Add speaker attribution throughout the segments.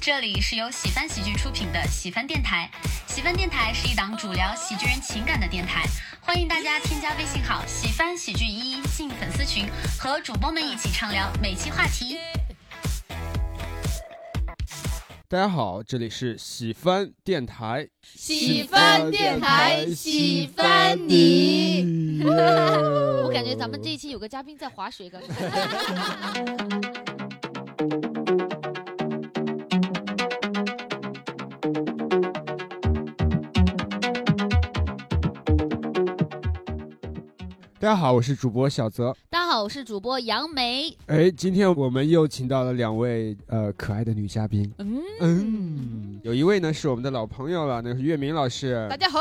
Speaker 1: 这里是由喜翻喜剧出品的喜翻电台。喜翻电台是一档主聊喜剧人情感的电台，欢迎大家添加微信号“喜翻喜剧一一”进粉丝群，和主播们一起畅聊每期话题。
Speaker 2: 大家好，这里是喜翻电台，
Speaker 3: 喜翻电台喜翻你。
Speaker 4: 我感哎觉咱们这一期有个嘉宾在划水，感觉。
Speaker 2: 大家好，我是主播小泽。
Speaker 4: 大家好，我是主播杨梅。
Speaker 2: 哎，今天我们又请到了两位呃可爱的女嘉宾，
Speaker 4: 嗯，
Speaker 2: 嗯，有一位呢是我们的老朋友了，那是岳明老师
Speaker 3: 大，家好，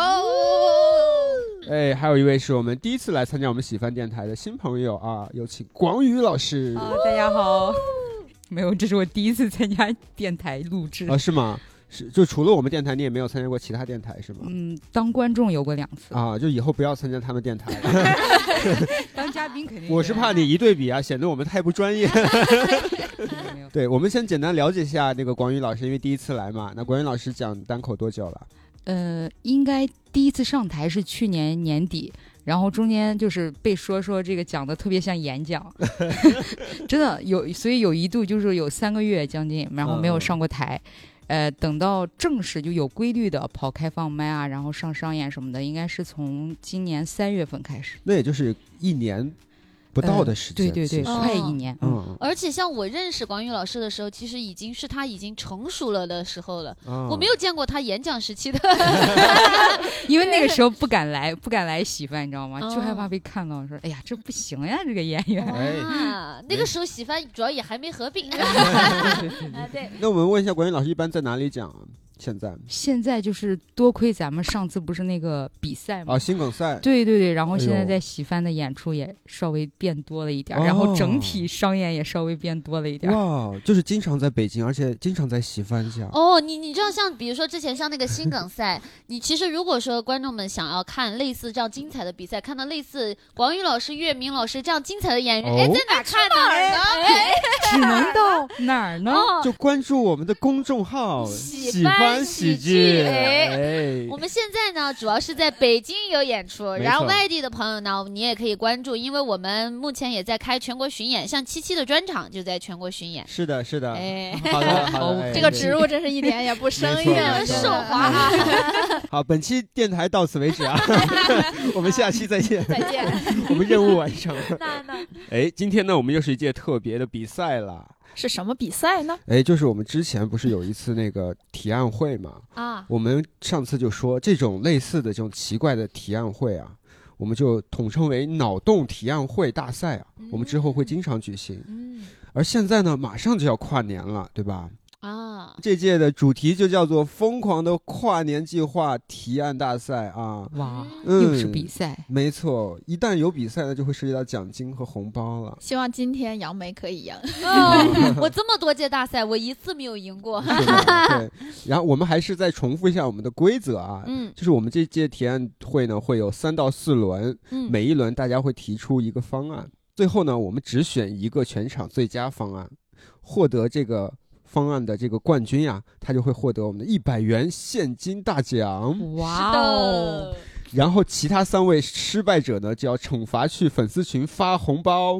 Speaker 2: 哎，还有一位是我们第一次来参加我们喜翻电台的新朋友啊，有请广宇老师
Speaker 5: 啊，大家好。 没有，这是我第一次参加电台录制。
Speaker 2: 啊，是吗？是，就除了我们电台，你也没有参加过其他电台是吗？
Speaker 5: 嗯，当观众有过两次，
Speaker 2: 啊，就以后不要参加他们电台了，
Speaker 5: 当嘉宾肯定
Speaker 2: 我是怕你一对比啊，显得我们太不专业。
Speaker 5: 没有。
Speaker 2: 对，我们先简单了解一下那个广宇老师，因为第一次来嘛。那广宇老师讲单口多久了？
Speaker 5: 呃，应该第一次上台是去年年底，然后中间就是被说说这个讲的特别像 演讲，真的有，所以有一度就是有三个月将近，然后没有上过台。
Speaker 2: 嗯
Speaker 5: 呃，等到正式就有规律的跑开放麦啊，然后上商演什么的，应该是从今年三月份开始，
Speaker 2: 那也就是一年不到的时间。
Speaker 5: 呃对对对，
Speaker 2: 其实
Speaker 4: 哦
Speaker 5: 快一年。嗯
Speaker 2: 嗯，
Speaker 4: 而且像我认识广宇老师的时候，其实已经是他已经成熟了的时候了。
Speaker 2: 嗯
Speaker 4: 我没有见过他演讲时期的，
Speaker 5: 因为那个时候不敢来，不敢来洗饭，你知道吗？
Speaker 4: 哦
Speaker 5: 就害怕被看到，说哎呀，这不行呀，这个演员。
Speaker 3: 哎
Speaker 4: 哇，啊那个时候喜欢主要也还没合并。啊，对，
Speaker 2: 那我们问一下，广宇老师一般在哪里讲啊？现在
Speaker 5: 现在就是多亏咱们上次不是那个比赛嘛，
Speaker 2: 啊，新梗赛
Speaker 5: 对对对，然后
Speaker 2: 哎呦
Speaker 5: 现在在喜番的演出也稍微变多了一点儿，
Speaker 2: 哦
Speaker 5: 然后整体商演也稍微变多了一点儿。
Speaker 2: 哇，就是经常在北京，而且经常在喜番讲。
Speaker 4: 哦，你你知道像比如说之前上那个新梗赛，你其实如果说观众们想要看类似这样精彩的比赛，看到类似广宇老师、岳明老师这样精彩的演员，哎、
Speaker 2: 哦
Speaker 4: 在哪看呢？
Speaker 3: 哎
Speaker 5: 只能到哪儿呢？
Speaker 4: 哦，
Speaker 2: 就关注我们的公众号“
Speaker 4: 喜
Speaker 2: 欢
Speaker 4: 欢
Speaker 2: 喜
Speaker 4: 喜
Speaker 2: 剧
Speaker 4: 剧”，
Speaker 2: 哎，
Speaker 4: 我们现在呢，主要是在北京有演出，
Speaker 2: 没
Speaker 4: 然后
Speaker 2: 错
Speaker 4: 外地的朋友呢，你也可以关注，因为我们目前也在开全国巡演，像七七的专场就在全国巡演。
Speaker 2: 是的，是的，
Speaker 4: 哎，
Speaker 2: 好的，好的，哎
Speaker 3: 这个植入真是一点也不生硬，
Speaker 2: 没错
Speaker 3: 真
Speaker 2: 没
Speaker 3: 的
Speaker 2: 错
Speaker 4: 手滑啊！
Speaker 2: 好，本期电台到此为 止啊， 我们下期再见，
Speaker 3: 再见。
Speaker 2: 我们任务完成。
Speaker 4: 那那
Speaker 2: 哎，今天呢，我们又是一届特别的比赛了。
Speaker 3: 是什么比赛呢？
Speaker 2: 哎，就是我们之前不是有一次那个提案会嘛？
Speaker 4: 啊，
Speaker 2: 我们上次就说这种类似的这种奇怪的提案会啊，我们就统称为脑洞提案会大赛啊。
Speaker 3: 嗯
Speaker 2: 我们之后会经常举行，
Speaker 4: 嗯
Speaker 2: 而现在呢，马上就要跨年了，对吧？
Speaker 4: 啊，
Speaker 2: 这届的主题就叫做“疯狂的跨年计划提案大赛”啊。
Speaker 5: 哇，
Speaker 2: 嗯，
Speaker 5: 又是比赛，
Speaker 2: 没错，一旦有比赛呢，就会涉及到奖金和红包了。
Speaker 3: 希望今天杨梅可以赢。
Speaker 4: 哦我这么多届大赛，我一次没有赢 过。
Speaker 2: 是吧 对，然后我们还是再重复一下我们的规则啊，
Speaker 4: 嗯
Speaker 2: 就是我们这届提案会呢会有三到四轮，
Speaker 4: 嗯，
Speaker 2: 每一轮大家会提出一个方案，最后呢我们只选一个全场最佳方案，获得这个方案的这个冠军呀、他就会获得我们的一百元现金大奖。
Speaker 5: 哇哦，
Speaker 4: 的，
Speaker 2: 然后其他三位失败者呢就要惩罚去粉丝群发红包。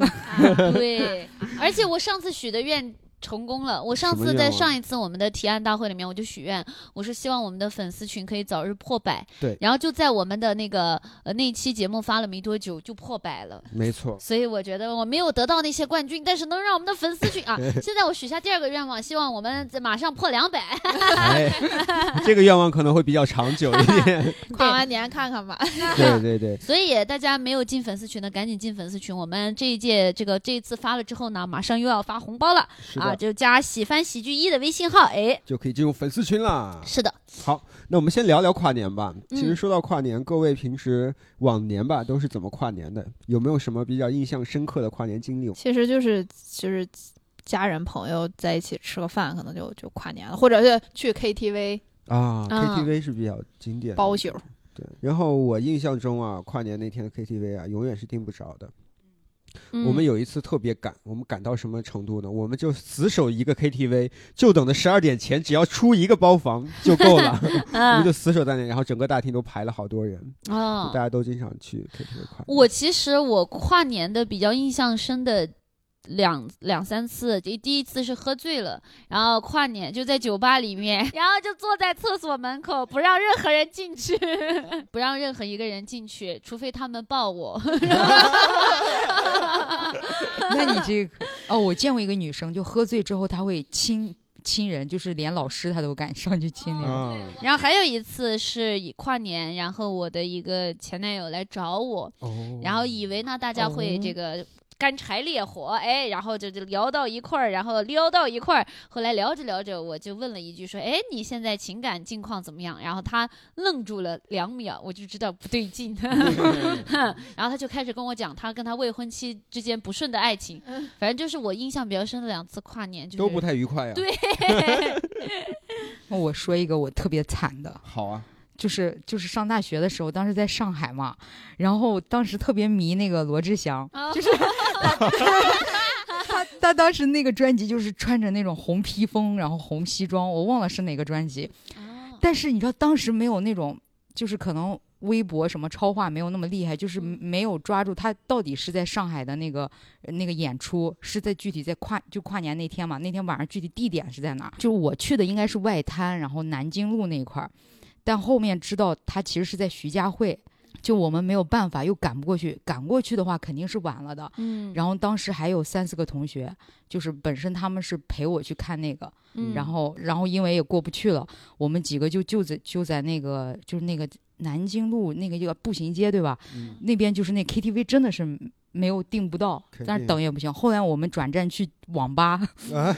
Speaker 4: 对，而且我上次许的愿。成功了！我上
Speaker 2: 什么
Speaker 4: 次
Speaker 2: 愿
Speaker 4: 在
Speaker 2: 望
Speaker 4: 上一次我们的提案大会里面，我就许愿，我说希望我们的粉丝群可以早日破百。
Speaker 2: 对
Speaker 4: 然后就在我们的那个呃那期节目发了没多久就破百了，
Speaker 2: 没错，
Speaker 4: 所以我觉得我没有得到那些冠军，但是能让我们的粉 丝群啊，现在我许下第二个愿望，希望我们马上破两百。
Speaker 2: 哎， 这个愿望可能会比较长久一 点。
Speaker 3: 跨完年看看吧。
Speaker 2: 对对对，
Speaker 4: 所以大家没有进粉丝群的，赶紧进粉丝群。我们这一届这个这一次发了之后呢，马上又要发红包了
Speaker 2: 是
Speaker 4: 啊！
Speaker 2: 的，
Speaker 4: 就加喜翻喜剧一的微信号，哎，
Speaker 2: 就可以进入粉丝群啦。
Speaker 4: 是的，
Speaker 2: 好，那我们先聊聊跨年吧。其实
Speaker 4: 嗯
Speaker 2: 说到跨年，各位平时往年吧都是怎么跨年的？有没有什么比较印象深刻的跨年经历？
Speaker 3: 其实就是就是家人朋友在一起吃个饭，可能就就跨年了，或者是去 KTV
Speaker 2: 啊
Speaker 4: 啊
Speaker 2: ，KTV 是比较经典的
Speaker 3: 包宿。
Speaker 2: 对，然后我印象中啊，跨年那天的 KTV 啊，永远是订不着的。
Speaker 4: 嗯
Speaker 5: 嗯
Speaker 2: 我们有一次特别赶，我们赶到什么程度呢？我们就死守一个 KTV，就等着十二点前，只要出一个包房就够 了，
Speaker 5: 嗯
Speaker 2: 我们
Speaker 4: 啊
Speaker 2: 就死守在那里，然后整个大厅都排了好多人，
Speaker 4: 啊
Speaker 2: 大，家都经常去 KTV 跨年。
Speaker 4: 我其实我跨年的比较印象深的两两三次，第第一次是喝醉了，然后跨年就在酒吧里面， 然后就坐在厕所门口，不让任何人进去， 不让任何一个人进去，除非他们抱我。
Speaker 5: 那你这个哦，我见过一个女生，就喝醉之后，她会亲亲人，就是连老师她都敢上去亲人。
Speaker 2: 啊，
Speaker 4: 然后还有一次是以跨年，然后我的一个前男友来找我，
Speaker 2: 哦
Speaker 4: 然后以为呢大家会这个干柴烈火，哎，然后就就聊到一块儿，然后撩到一块儿。后来聊着聊着，我就问了一句说：“哎，你现在情感近况怎么样？”然后他愣住了两秒，我就知道不对劲。 然后他就开始跟我讲他跟他未婚妻之间不顺的爱情，
Speaker 5: 嗯
Speaker 4: 反正就是我印象比较深的两次跨年，就是
Speaker 2: 都不太愉快啊呀。
Speaker 4: 对，
Speaker 5: 我说一个我特别惨的，
Speaker 2: 好啊，
Speaker 5: 就是就是上大学的时候，当时在上海嘛，然后当时特别迷那个罗志祥，
Speaker 4: 啊
Speaker 5: 就是 他他他当时那个专辑就是穿着那种红披风，然后红西装，我忘了是哪个专辑，
Speaker 4: 啊
Speaker 5: 但是你知道当时没有那种，就是可能微博什么超话没有那么厉害，就是
Speaker 4: 嗯
Speaker 5: 没有抓住他到底是在上海的那个呃那个演出是在具体在跨就跨年那天嘛，那天晚上具体地点是在哪儿？就我去的应该是外滩，然后南京路那一块儿，但后面知道他其实是在徐家汇。就我们没有办法，又赶不过去，赶过去的话肯定是晚了的。
Speaker 4: 嗯
Speaker 5: 然后当时还有三四个同学，就是本身他们是陪我去看那个，
Speaker 4: 嗯
Speaker 5: 然后然后因为也过不去了，我们几个就就在就在那个就是那个南京路那个叫步行街对吧？
Speaker 2: 嗯
Speaker 5: 那边就是那 KTV 真的是没有订不到
Speaker 2: 肯，
Speaker 5: 但是
Speaker 2: 定
Speaker 5: 等也不行。后来我们转战去网吧
Speaker 2: 啊，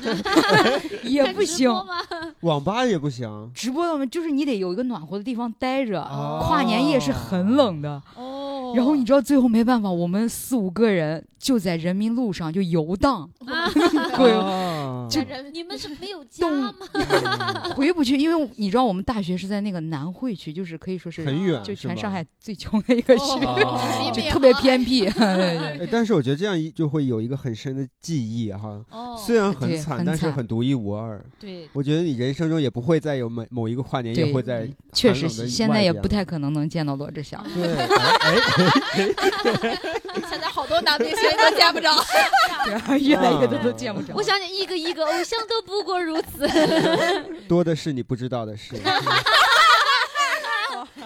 Speaker 5: 也
Speaker 4: 看
Speaker 5: 不
Speaker 4: 直
Speaker 5: 行，
Speaker 4: 播吗
Speaker 2: 网吧也不行。
Speaker 5: 直播我们就是你得有一个暖和的地方待着。
Speaker 2: 哦
Speaker 5: 跨年夜是很冷的，
Speaker 4: 哦，
Speaker 5: 然后你知道最后没办法，我们四五个人就在人民路上就游荡，
Speaker 4: 啊，
Speaker 5: 鬼
Speaker 2: 啊
Speaker 5: 嗯
Speaker 2: 嗯
Speaker 5: 就
Speaker 4: 你们是没有家
Speaker 5: 动
Speaker 4: 吗？
Speaker 5: 回不去，因为你知道我们大学是在那个南汇区，就是可以说是
Speaker 2: 很远
Speaker 5: 就是全
Speaker 2: 嗯吧
Speaker 5: 上海最穷的一个区，
Speaker 4: 哦
Speaker 2: 啊
Speaker 5: 就
Speaker 3: 对
Speaker 5: 特别偏僻。
Speaker 4: 啊
Speaker 5: 对 对
Speaker 2: 哎但是我觉得这样一就会有一个很深的记忆哈，
Speaker 4: 哦，
Speaker 2: 虽然很
Speaker 5: 对
Speaker 2: 惨，
Speaker 5: 很
Speaker 2: 但是
Speaker 5: 惨
Speaker 2: 很独一无二。
Speaker 4: 对，
Speaker 2: 我觉得你人生中也不会再有某某一个跨年夜
Speaker 5: 对
Speaker 2: 会 在
Speaker 5: 确
Speaker 2: 寒
Speaker 5: 实
Speaker 2: 冷的
Speaker 5: 现
Speaker 2: 外
Speaker 5: 在也
Speaker 2: 边
Speaker 5: 不
Speaker 2: 了
Speaker 5: 太可能能见到罗志祥。
Speaker 2: 对，哎
Speaker 3: 现在好多
Speaker 2: 啊
Speaker 3: 男 明星都见不着。
Speaker 5: 对，啊越来越多都见不着。
Speaker 4: 我想想，一个一个偶像都不过如此。
Speaker 2: 哎多的是你不知道的事。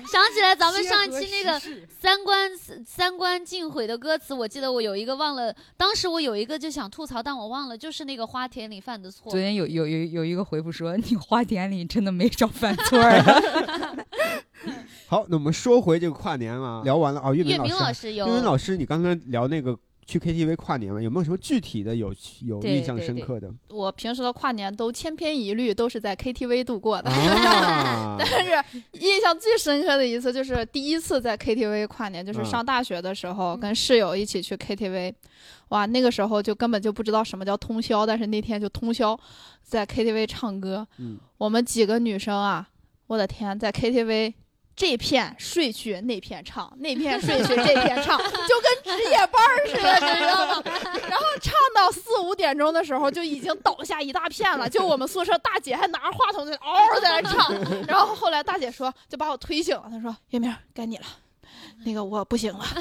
Speaker 4: 想起来咱们上一期那个三观三观尽毁的歌词，我记得我有一个忘了，当时我有一个就想吐槽，但我忘了，就是那个花田里犯的错
Speaker 5: 昨。天有有有有一个回复说，你花田里真的没少犯错儿。啊
Speaker 2: 好，那我们说回这个跨年啊，聊完了哦，岳
Speaker 4: 岳
Speaker 2: 明
Speaker 4: 明
Speaker 2: 老
Speaker 4: 老
Speaker 2: 师，
Speaker 4: 师有
Speaker 2: 岳明老师，你刚才聊那个去 KTV 跨年嘛，有没有什么具体的有有
Speaker 3: 对
Speaker 2: 印象
Speaker 3: 对
Speaker 2: 深
Speaker 3: 对
Speaker 2: 刻 的？
Speaker 3: 我平时的跨年都千篇一律，都是在 KTV 度过的。
Speaker 2: 啊，
Speaker 3: 但是印象最深刻的一次就是第一次在 KTV 跨年，就是
Speaker 2: 嗯
Speaker 3: 上大学的时候跟室友一起去 KTV，哇，那个时候就根本就不知道什么叫通宵，但是那天就通宵在 KTV 唱歌。
Speaker 2: 嗯
Speaker 3: 我们几个女生啊，我的天，在 KTV。这片睡去，那片唱；那片睡去，这片 唱，就跟值夜班儿似 的，你知道吗？然后唱到四五点钟的时候，就已经倒下一大片 了。就我们宿舍大姐还拿着话筒在那嗷嗷在那唱， 然后后来大姐说，就把我推醒了，她说：“月明儿，该你了，那个我不行了。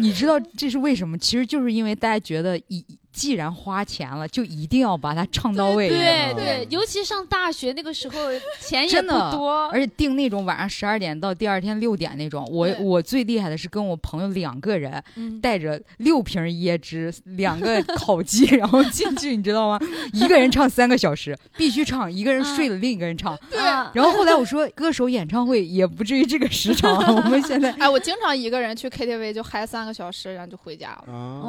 Speaker 5: 你知道这是为什么？其实就是因为大家觉得一既然花钱了，就一定要把它唱到位。
Speaker 4: 对
Speaker 2: 嗯
Speaker 4: 对，尤其上大学那个时候，钱也
Speaker 5: 真
Speaker 4: 不
Speaker 5: 的
Speaker 4: 多。
Speaker 5: 而且订那种晚上十二点到第二天六点那种，我
Speaker 3: 对
Speaker 5: 我最厉害的是跟我朋友两个人
Speaker 4: 嗯
Speaker 5: 带着六瓶椰汁、两个烤鸡， 然后进去，你知道吗？一个人唱三个小时，必须唱，一个人睡了，另一个人唱。
Speaker 4: 啊
Speaker 5: 然后后来我说，歌手演唱会也不至于这个时长，我们现在”
Speaker 3: 哎，我经常一个人去 KTV 就嗨三个小时，然后就回家了，
Speaker 2: 哦，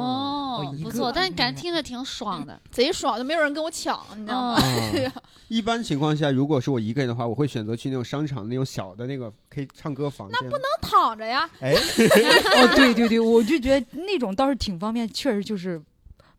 Speaker 4: 哦
Speaker 5: 我一，
Speaker 4: 不
Speaker 5: 个
Speaker 4: 错，但是感觉听着挺爽的。
Speaker 3: 贼爽，就没有人跟我抢，你知道吗？
Speaker 4: 嗯，
Speaker 2: 啊一般情况下，如果是我一个人的话，我会选择去那种商场那种小的那个可以唱歌房间。那不能，
Speaker 3: 那躺着呀，
Speaker 2: 哎，
Speaker 5: 哦，对对对，我就觉得那种倒是挺方便，确实就是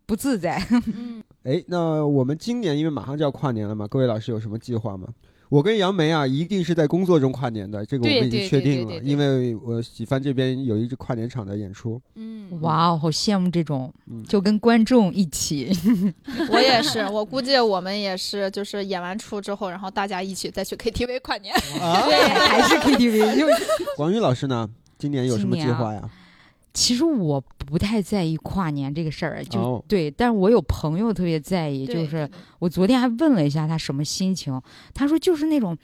Speaker 5: 不自在。
Speaker 4: 嗯
Speaker 2: 哎，那我们今年因为马上就要跨年了嘛，各位老师有什么计划吗？我跟杨梅啊，一定是在工作中跨年的，这个我
Speaker 4: 对
Speaker 2: 们已经
Speaker 4: 对
Speaker 2: 确
Speaker 4: 对对
Speaker 2: 定
Speaker 4: 对
Speaker 2: 了，
Speaker 4: 对
Speaker 2: 因为我喜番这边有一支跨年场的演出，
Speaker 4: 嗯，
Speaker 5: 哇哦，好羡慕这种
Speaker 2: 嗯，
Speaker 5: 就跟观众一起，
Speaker 3: 我也是，我估计我们也是，就是演完出之后，然后大家一起再去 KTV 跨年。
Speaker 2: 啊，
Speaker 5: 还是 KTV。因为
Speaker 2: 王宇老师呢，今年有什么计
Speaker 5: 今年啊
Speaker 2: 划呀？
Speaker 5: 其实我不太在意跨年这个事儿，就、
Speaker 4: 啊
Speaker 2: 哦
Speaker 5: 对，但是我有朋友特别在意，
Speaker 4: 对
Speaker 5: 就是我昨天还问了一下他什么心情，他说就是那种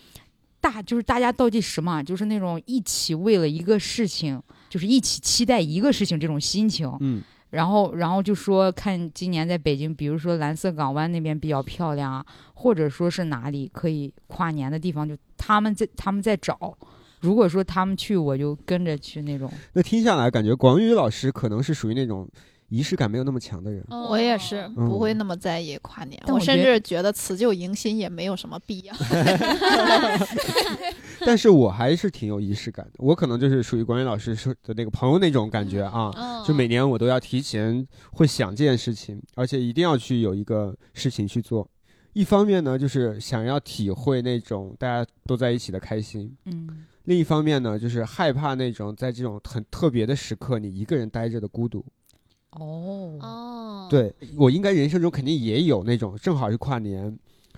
Speaker 5: 大，就是大家倒计时嘛，就是那种一起为了一个事情，就是一起期待一个事情这种心情。
Speaker 2: 嗯，
Speaker 5: 然后，然后就说看今年在北京，比如说蓝色港湾那边比较漂亮啊，或者说是哪里可以跨年的地方，就他们在他们在找。如果说他们去，我就跟着去那种。
Speaker 2: 那听下来感觉广宇老师可能是属于那种仪式感没有那么强的人。
Speaker 4: 哦
Speaker 3: 我也是
Speaker 2: 嗯
Speaker 3: 不会那么在意跨年，
Speaker 5: 但我
Speaker 3: 我甚
Speaker 5: 觉
Speaker 3: 至觉得辞旧迎新也没有什么必要。
Speaker 2: 但是我还是挺有仪式感的，我可能就是属于管理老师说的那个朋友那种感觉啊，
Speaker 4: 嗯
Speaker 2: 就每年我都要提前会想这件事情，而且一定要去有一个事情去做。一方面呢，就是想要体会那种大家都在一起的开心；
Speaker 5: 嗯，
Speaker 2: 另一方面呢，就是害怕那种在这种很特别的时刻你一个人待着的孤独。
Speaker 5: 哦，
Speaker 4: 哦，
Speaker 2: 对我应该人生中肯定也有那种正好是跨年，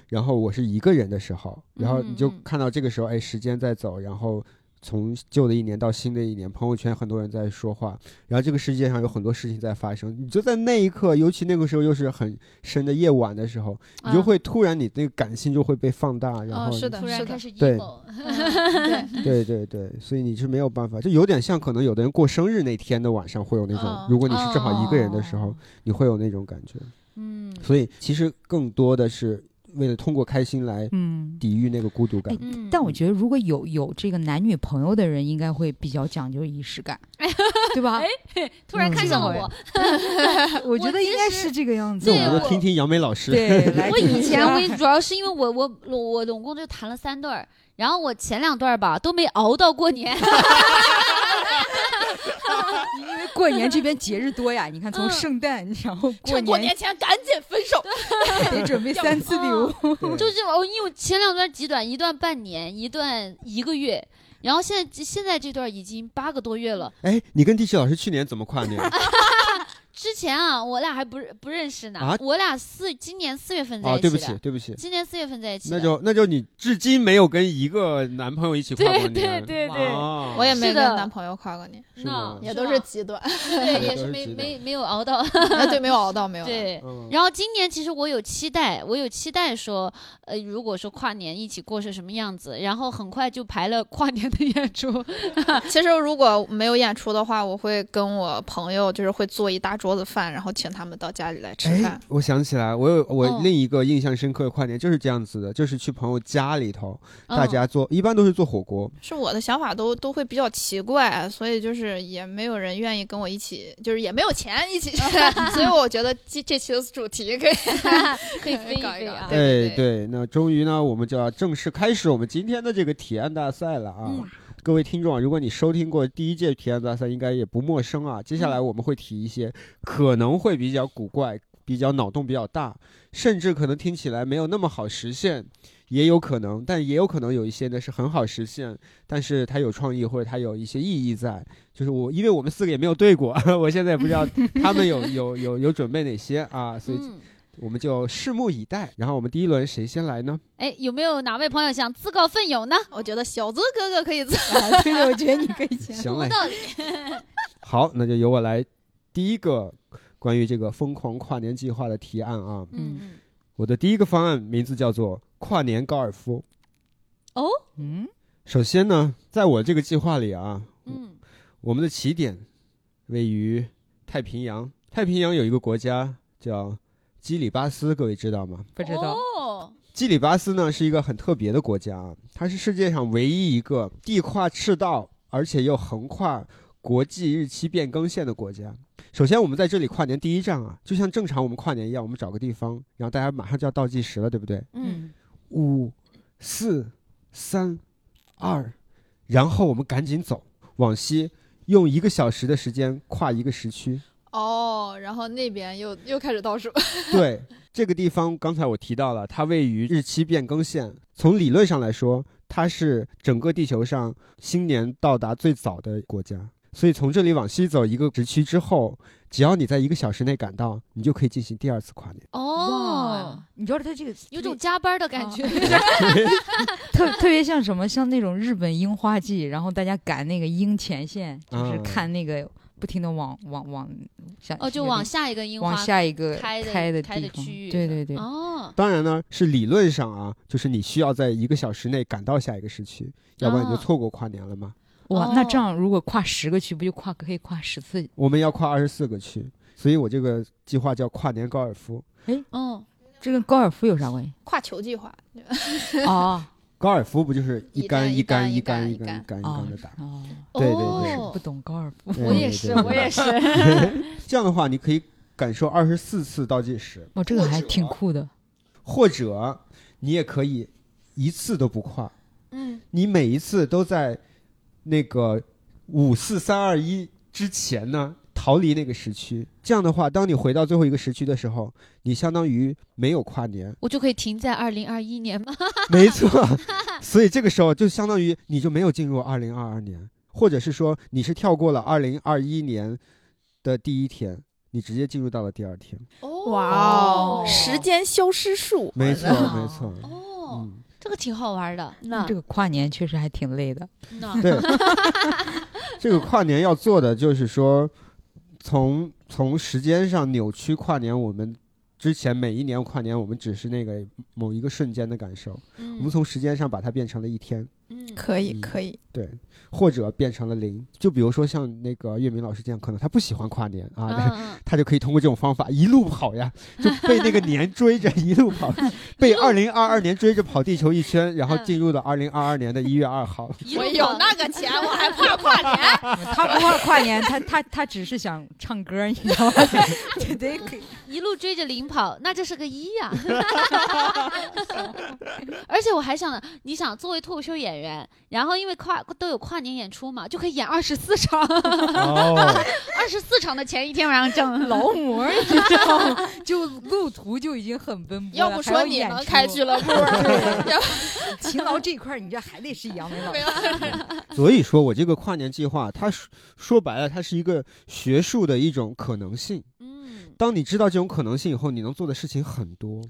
Speaker 2: 然后我是一个人的时候，然后你就
Speaker 4: 嗯嗯
Speaker 2: 看到这个时候，哎，时间在走，然后从旧的一年到新的一年，朋友圈很多人在说话，然后这个世界上有很多事情在发生，你就在那一刻，尤其那个时候又是很深的夜晚的时候，你就
Speaker 4: 啊
Speaker 2: 会突然你那个感性就会被放大，然后
Speaker 3: 是
Speaker 2: 你
Speaker 3: 的
Speaker 4: 突然开始
Speaker 2: 对
Speaker 4: emo，
Speaker 2: 对
Speaker 3: 对，
Speaker 2: 对对，所以你是没有办法，就有点像可能有的人过生日那天的晚上会有那种
Speaker 3: 哦，
Speaker 2: 如果你是正啊好一个人的时候
Speaker 5: 哦，
Speaker 2: 你会有那种感觉。
Speaker 4: 嗯，
Speaker 2: 所以其实更多的是为了通过开心来
Speaker 5: 嗯。
Speaker 2: 抵御那个孤独感。
Speaker 4: 嗯
Speaker 5: 但我觉得，如果有有这个男女朋友的人，应该会比较讲究仪式 感，
Speaker 4: 哎
Speaker 5: 对吧？
Speaker 4: 突然看上了我，
Speaker 5: 我觉得应该是这个样子
Speaker 2: 那
Speaker 4: 对
Speaker 2: 我
Speaker 4: 我
Speaker 2: 们就听听杨梅老师，
Speaker 5: 对，来
Speaker 4: 我
Speaker 5: 听
Speaker 4: 以
Speaker 5: 一
Speaker 4: 前
Speaker 5: 下
Speaker 4: 我主要是因为我我我总共就谈了三对儿，然后我前两对儿吧都没熬到过年，
Speaker 5: 过年这边节日多呀，你看从
Speaker 4: 嗯
Speaker 5: 圣诞，然后过
Speaker 3: 趁过
Speaker 5: 年
Speaker 3: 年前赶紧分手。
Speaker 5: 得准备三次礼物，
Speaker 4: 就是我因为我前两段极短，一段半年，一段一个月，然后现在现在这段已经八个多月了。
Speaker 2: 哎，你跟地气老师去年怎么跨 年？
Speaker 4: 啊之前啊，我俩还不认不认识呢，
Speaker 2: 啊
Speaker 4: 我俩四今年四月份在
Speaker 2: 啊，
Speaker 4: 一起
Speaker 2: 对
Speaker 4: 的，
Speaker 2: 不起，对不起，
Speaker 4: 今年四月份在一起的，
Speaker 2: 那就那就你至今没有跟一个男朋友一起跨过
Speaker 4: 对
Speaker 2: 年。
Speaker 4: 对对对，
Speaker 2: 啊
Speaker 3: 我也没
Speaker 4: 是
Speaker 3: 跟
Speaker 4: 的
Speaker 3: 男朋友跨过年，
Speaker 2: 是
Speaker 4: 那
Speaker 2: 吗
Speaker 3: 也
Speaker 4: 是
Speaker 3: 都
Speaker 4: 吗
Speaker 3: 是极 端，
Speaker 4: 对也
Speaker 2: 都
Speaker 4: 是
Speaker 2: 是
Speaker 4: 没
Speaker 2: 极短
Speaker 4: 没没有熬到，
Speaker 3: 啊对，没有熬到，没有。，
Speaker 4: 对。
Speaker 2: 嗯
Speaker 4: 然后今年其实我有期待，我有期待说，呃，如果说跨年一起过是什么样子，然后很快就排了跨年的演出，
Speaker 3: 其实如果没有演出的话，我会跟我朋友就是会做一大桌子饭，然后请他们到家里来吃
Speaker 2: 哎
Speaker 3: 饭。，
Speaker 2: 我想起来，我有我
Speaker 4: 嗯
Speaker 2: 另一个印象深刻的跨年就是这样子的，就是去朋友家里头，大
Speaker 4: 嗯
Speaker 2: 家做一般都是做火锅，
Speaker 3: 是我的想法都都会比较奇怪，所以就是也没有人愿意跟我一起，就是也没有钱一起 吃，所以我觉得这这期的主题可以
Speaker 4: 可以飞一
Speaker 3: 搞一
Speaker 4: 飞
Speaker 3: 搞
Speaker 4: 啊！
Speaker 3: 对对
Speaker 2: 哎，对，那终于呢，我们就要正式开始我们今天的这个体验大赛了啊！
Speaker 4: 嗯
Speaker 2: 各位听众啊，如果你收听过第一届体验大赛，应该也不陌生啊。接下来我们会提一些可能会比较古怪、比较脑洞比较大，甚至可能听起来没有那么好实现，也有可能，但也有可能有一些呢是很好实现，但是它有创意或者它有一些意义在。就是我，因为我们四个也没有对过， 我现在也不知道他们有有有有准备哪些啊，所以
Speaker 4: 嗯，
Speaker 2: 我们就拭目以待。然后我们第一轮谁先来呢？
Speaker 4: 哎，有没有哪位朋友想自告奋勇呢？
Speaker 3: 我觉得小资哥哥可以做。
Speaker 4: 嗯
Speaker 5: 对对，我觉得你啊可以 讲。
Speaker 2: 行嘞，
Speaker 4: 道理，
Speaker 2: 好，那就由我来第一个关于这个疯狂跨年计划的提案啊。
Speaker 4: 嗯，
Speaker 2: 我的第一个方案名字叫做跨年高尔夫。
Speaker 4: 哦，
Speaker 5: 嗯，
Speaker 2: 首先呢，在我这个计划里啊，
Speaker 4: 嗯，
Speaker 2: 我们的起点位于太平洋。太平洋有一个国家叫基里巴斯，各位知道吗？
Speaker 5: 不知道。
Speaker 4: 哦，
Speaker 2: 基里巴斯呢是一个很特别的国家啊，它是世界上唯一一个地跨赤道，而且又横跨国际日期变更线的国家。首先，我们在这里跨年第一站啊，就像正常我们跨年一样，我们找个地方，然后大家马上就要倒计时了，对不对？
Speaker 4: 嗯，
Speaker 2: 五、四、三、二，然后我们赶紧走往西，用一个小时的时间跨一个时区。
Speaker 3: 哦，然后那边又又开始倒数，
Speaker 2: 对，这个地方刚才我提到了，它位于日期变更线。从理论上来说，它是整个地球上新年到达最早的国家。所以从这里往西走一个时区之后，只要你在一个小时内赶到，你就可以进行第二次跨年。
Speaker 4: 哦
Speaker 5: 哇，，你知道他这个
Speaker 4: 有种加班的 感觉。
Speaker 5: 特特别像什么，像那种日本樱花季，然后大家赶那个樱前线，就是
Speaker 2: 啊
Speaker 5: 看那个不停的往往往想
Speaker 4: 哦，就往下一个樱花
Speaker 5: 往下一个
Speaker 4: 开的
Speaker 5: 的
Speaker 4: 开的
Speaker 5: 地方，
Speaker 4: 区域
Speaker 5: 对对对，
Speaker 4: 哦，
Speaker 2: 当然呢，是理论上啊，就是你需要在一个小时内赶到下一个时区，要不然你就
Speaker 4: 啊
Speaker 2: 错过跨年了嘛。
Speaker 5: 哇，那
Speaker 4: 哦
Speaker 5: 这样如果跨十个区，不就跨可以跨十次？
Speaker 2: 我们要跨二十四个区，所以我这个计划叫跨年高尔夫。
Speaker 4: 嗯，
Speaker 5: 这跟高尔夫有啥关系？
Speaker 3: 跨球计划，
Speaker 5: 哦
Speaker 2: 高尔夫不就是一
Speaker 3: 一
Speaker 2: 杆
Speaker 3: 杆一
Speaker 2: 杆
Speaker 3: 杆
Speaker 2: 一
Speaker 3: 一
Speaker 2: 杆
Speaker 3: 杆
Speaker 2: 一杆一
Speaker 3: 一
Speaker 2: 杆一
Speaker 5: 哦
Speaker 2: 杆的打？
Speaker 5: 哦，嗯
Speaker 2: 对对对
Speaker 4: 哦
Speaker 5: 不，懂高尔夫，
Speaker 2: 对
Speaker 4: 我
Speaker 2: 对
Speaker 4: 也
Speaker 2: 对
Speaker 4: 是，
Speaker 2: 对
Speaker 4: 我也是，
Speaker 2: 这样的话，你可以感受二十四次倒计时，
Speaker 5: 哦，这个还挺酷的。
Speaker 2: 或者你也可以一次都不跨，
Speaker 4: 嗯，，
Speaker 2: 你每一次都在那个五四三二一之前呢逃离那个时区。这样的话，当你回到最后一个时区的时候，你相当于没有跨年
Speaker 4: 我就可以停在二零二一年吗？
Speaker 2: 没错。所以这个时候就相当于你就没有进入二零二二年，或者是说你是跳过了二零二一年的第一天，你直接进入到了第二天。
Speaker 3: 哦
Speaker 5: 哦
Speaker 3: 时间消失术，
Speaker 2: 没错，
Speaker 5: 哇
Speaker 2: 没错。
Speaker 4: 哦，
Speaker 2: 嗯，
Speaker 4: 这个挺好玩的。那
Speaker 5: 这个跨年确实还挺累的，
Speaker 4: 那
Speaker 2: 对，这个跨年要做的就是说，从从时间上扭曲跨年。我们之前每一年跨年，我们只是那个某一个瞬间的感受，我们
Speaker 4: 嗯
Speaker 2: 从时间上把它变成了一天，
Speaker 4: 嗯
Speaker 3: 可以
Speaker 2: 嗯
Speaker 3: 可以，
Speaker 2: 对，或者变成了零。就比如说像那个岳明老师这样，可能他不喜欢跨年啊。但
Speaker 4: 嗯
Speaker 2: 他就可以通过这种方法一路跑呀，就被那个年追着一路 跑，被二零二二年追着跑地球一圈，然后
Speaker 4: 嗯
Speaker 2: 进入了二零二二年的一月二号。
Speaker 4: 一路
Speaker 3: 我
Speaker 4: 跑
Speaker 3: 嗯有那个钱，我还怕跨年？
Speaker 5: 他不怕跨年，他他他只是想唱歌，你知道 吗？对对，
Speaker 4: 一路追着零跑，那这是个一呀、 而且我还想，你想作为脱口秀演员，然后因为跨都有跨年演出嘛，就可以演二十四场，
Speaker 2: 哦，
Speaker 4: 二十四场的前一天晚上挣
Speaker 5: 劳模，你知道吗？ 就路途就已经很奔波
Speaker 3: 要
Speaker 5: 了，
Speaker 3: 不
Speaker 5: 还
Speaker 3: 说你
Speaker 5: 演
Speaker 3: 能
Speaker 5: 出
Speaker 3: 开俱乐部， 要
Speaker 5: 勤劳这一块儿，你这还得是杨梅 老
Speaker 3: 没
Speaker 5: 师。
Speaker 3: 有
Speaker 2: 所以说我这个跨年计划，它说说白了，它是一个学术的一种可能性。
Speaker 4: 嗯，
Speaker 2: 当你知道这种可能性以后，你能做的事情很多。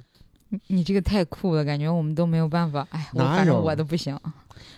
Speaker 5: 你这个太酷了，感觉我们都没有办法。哎，我
Speaker 2: 哪
Speaker 5: 反正
Speaker 2: 有
Speaker 5: 我都不行。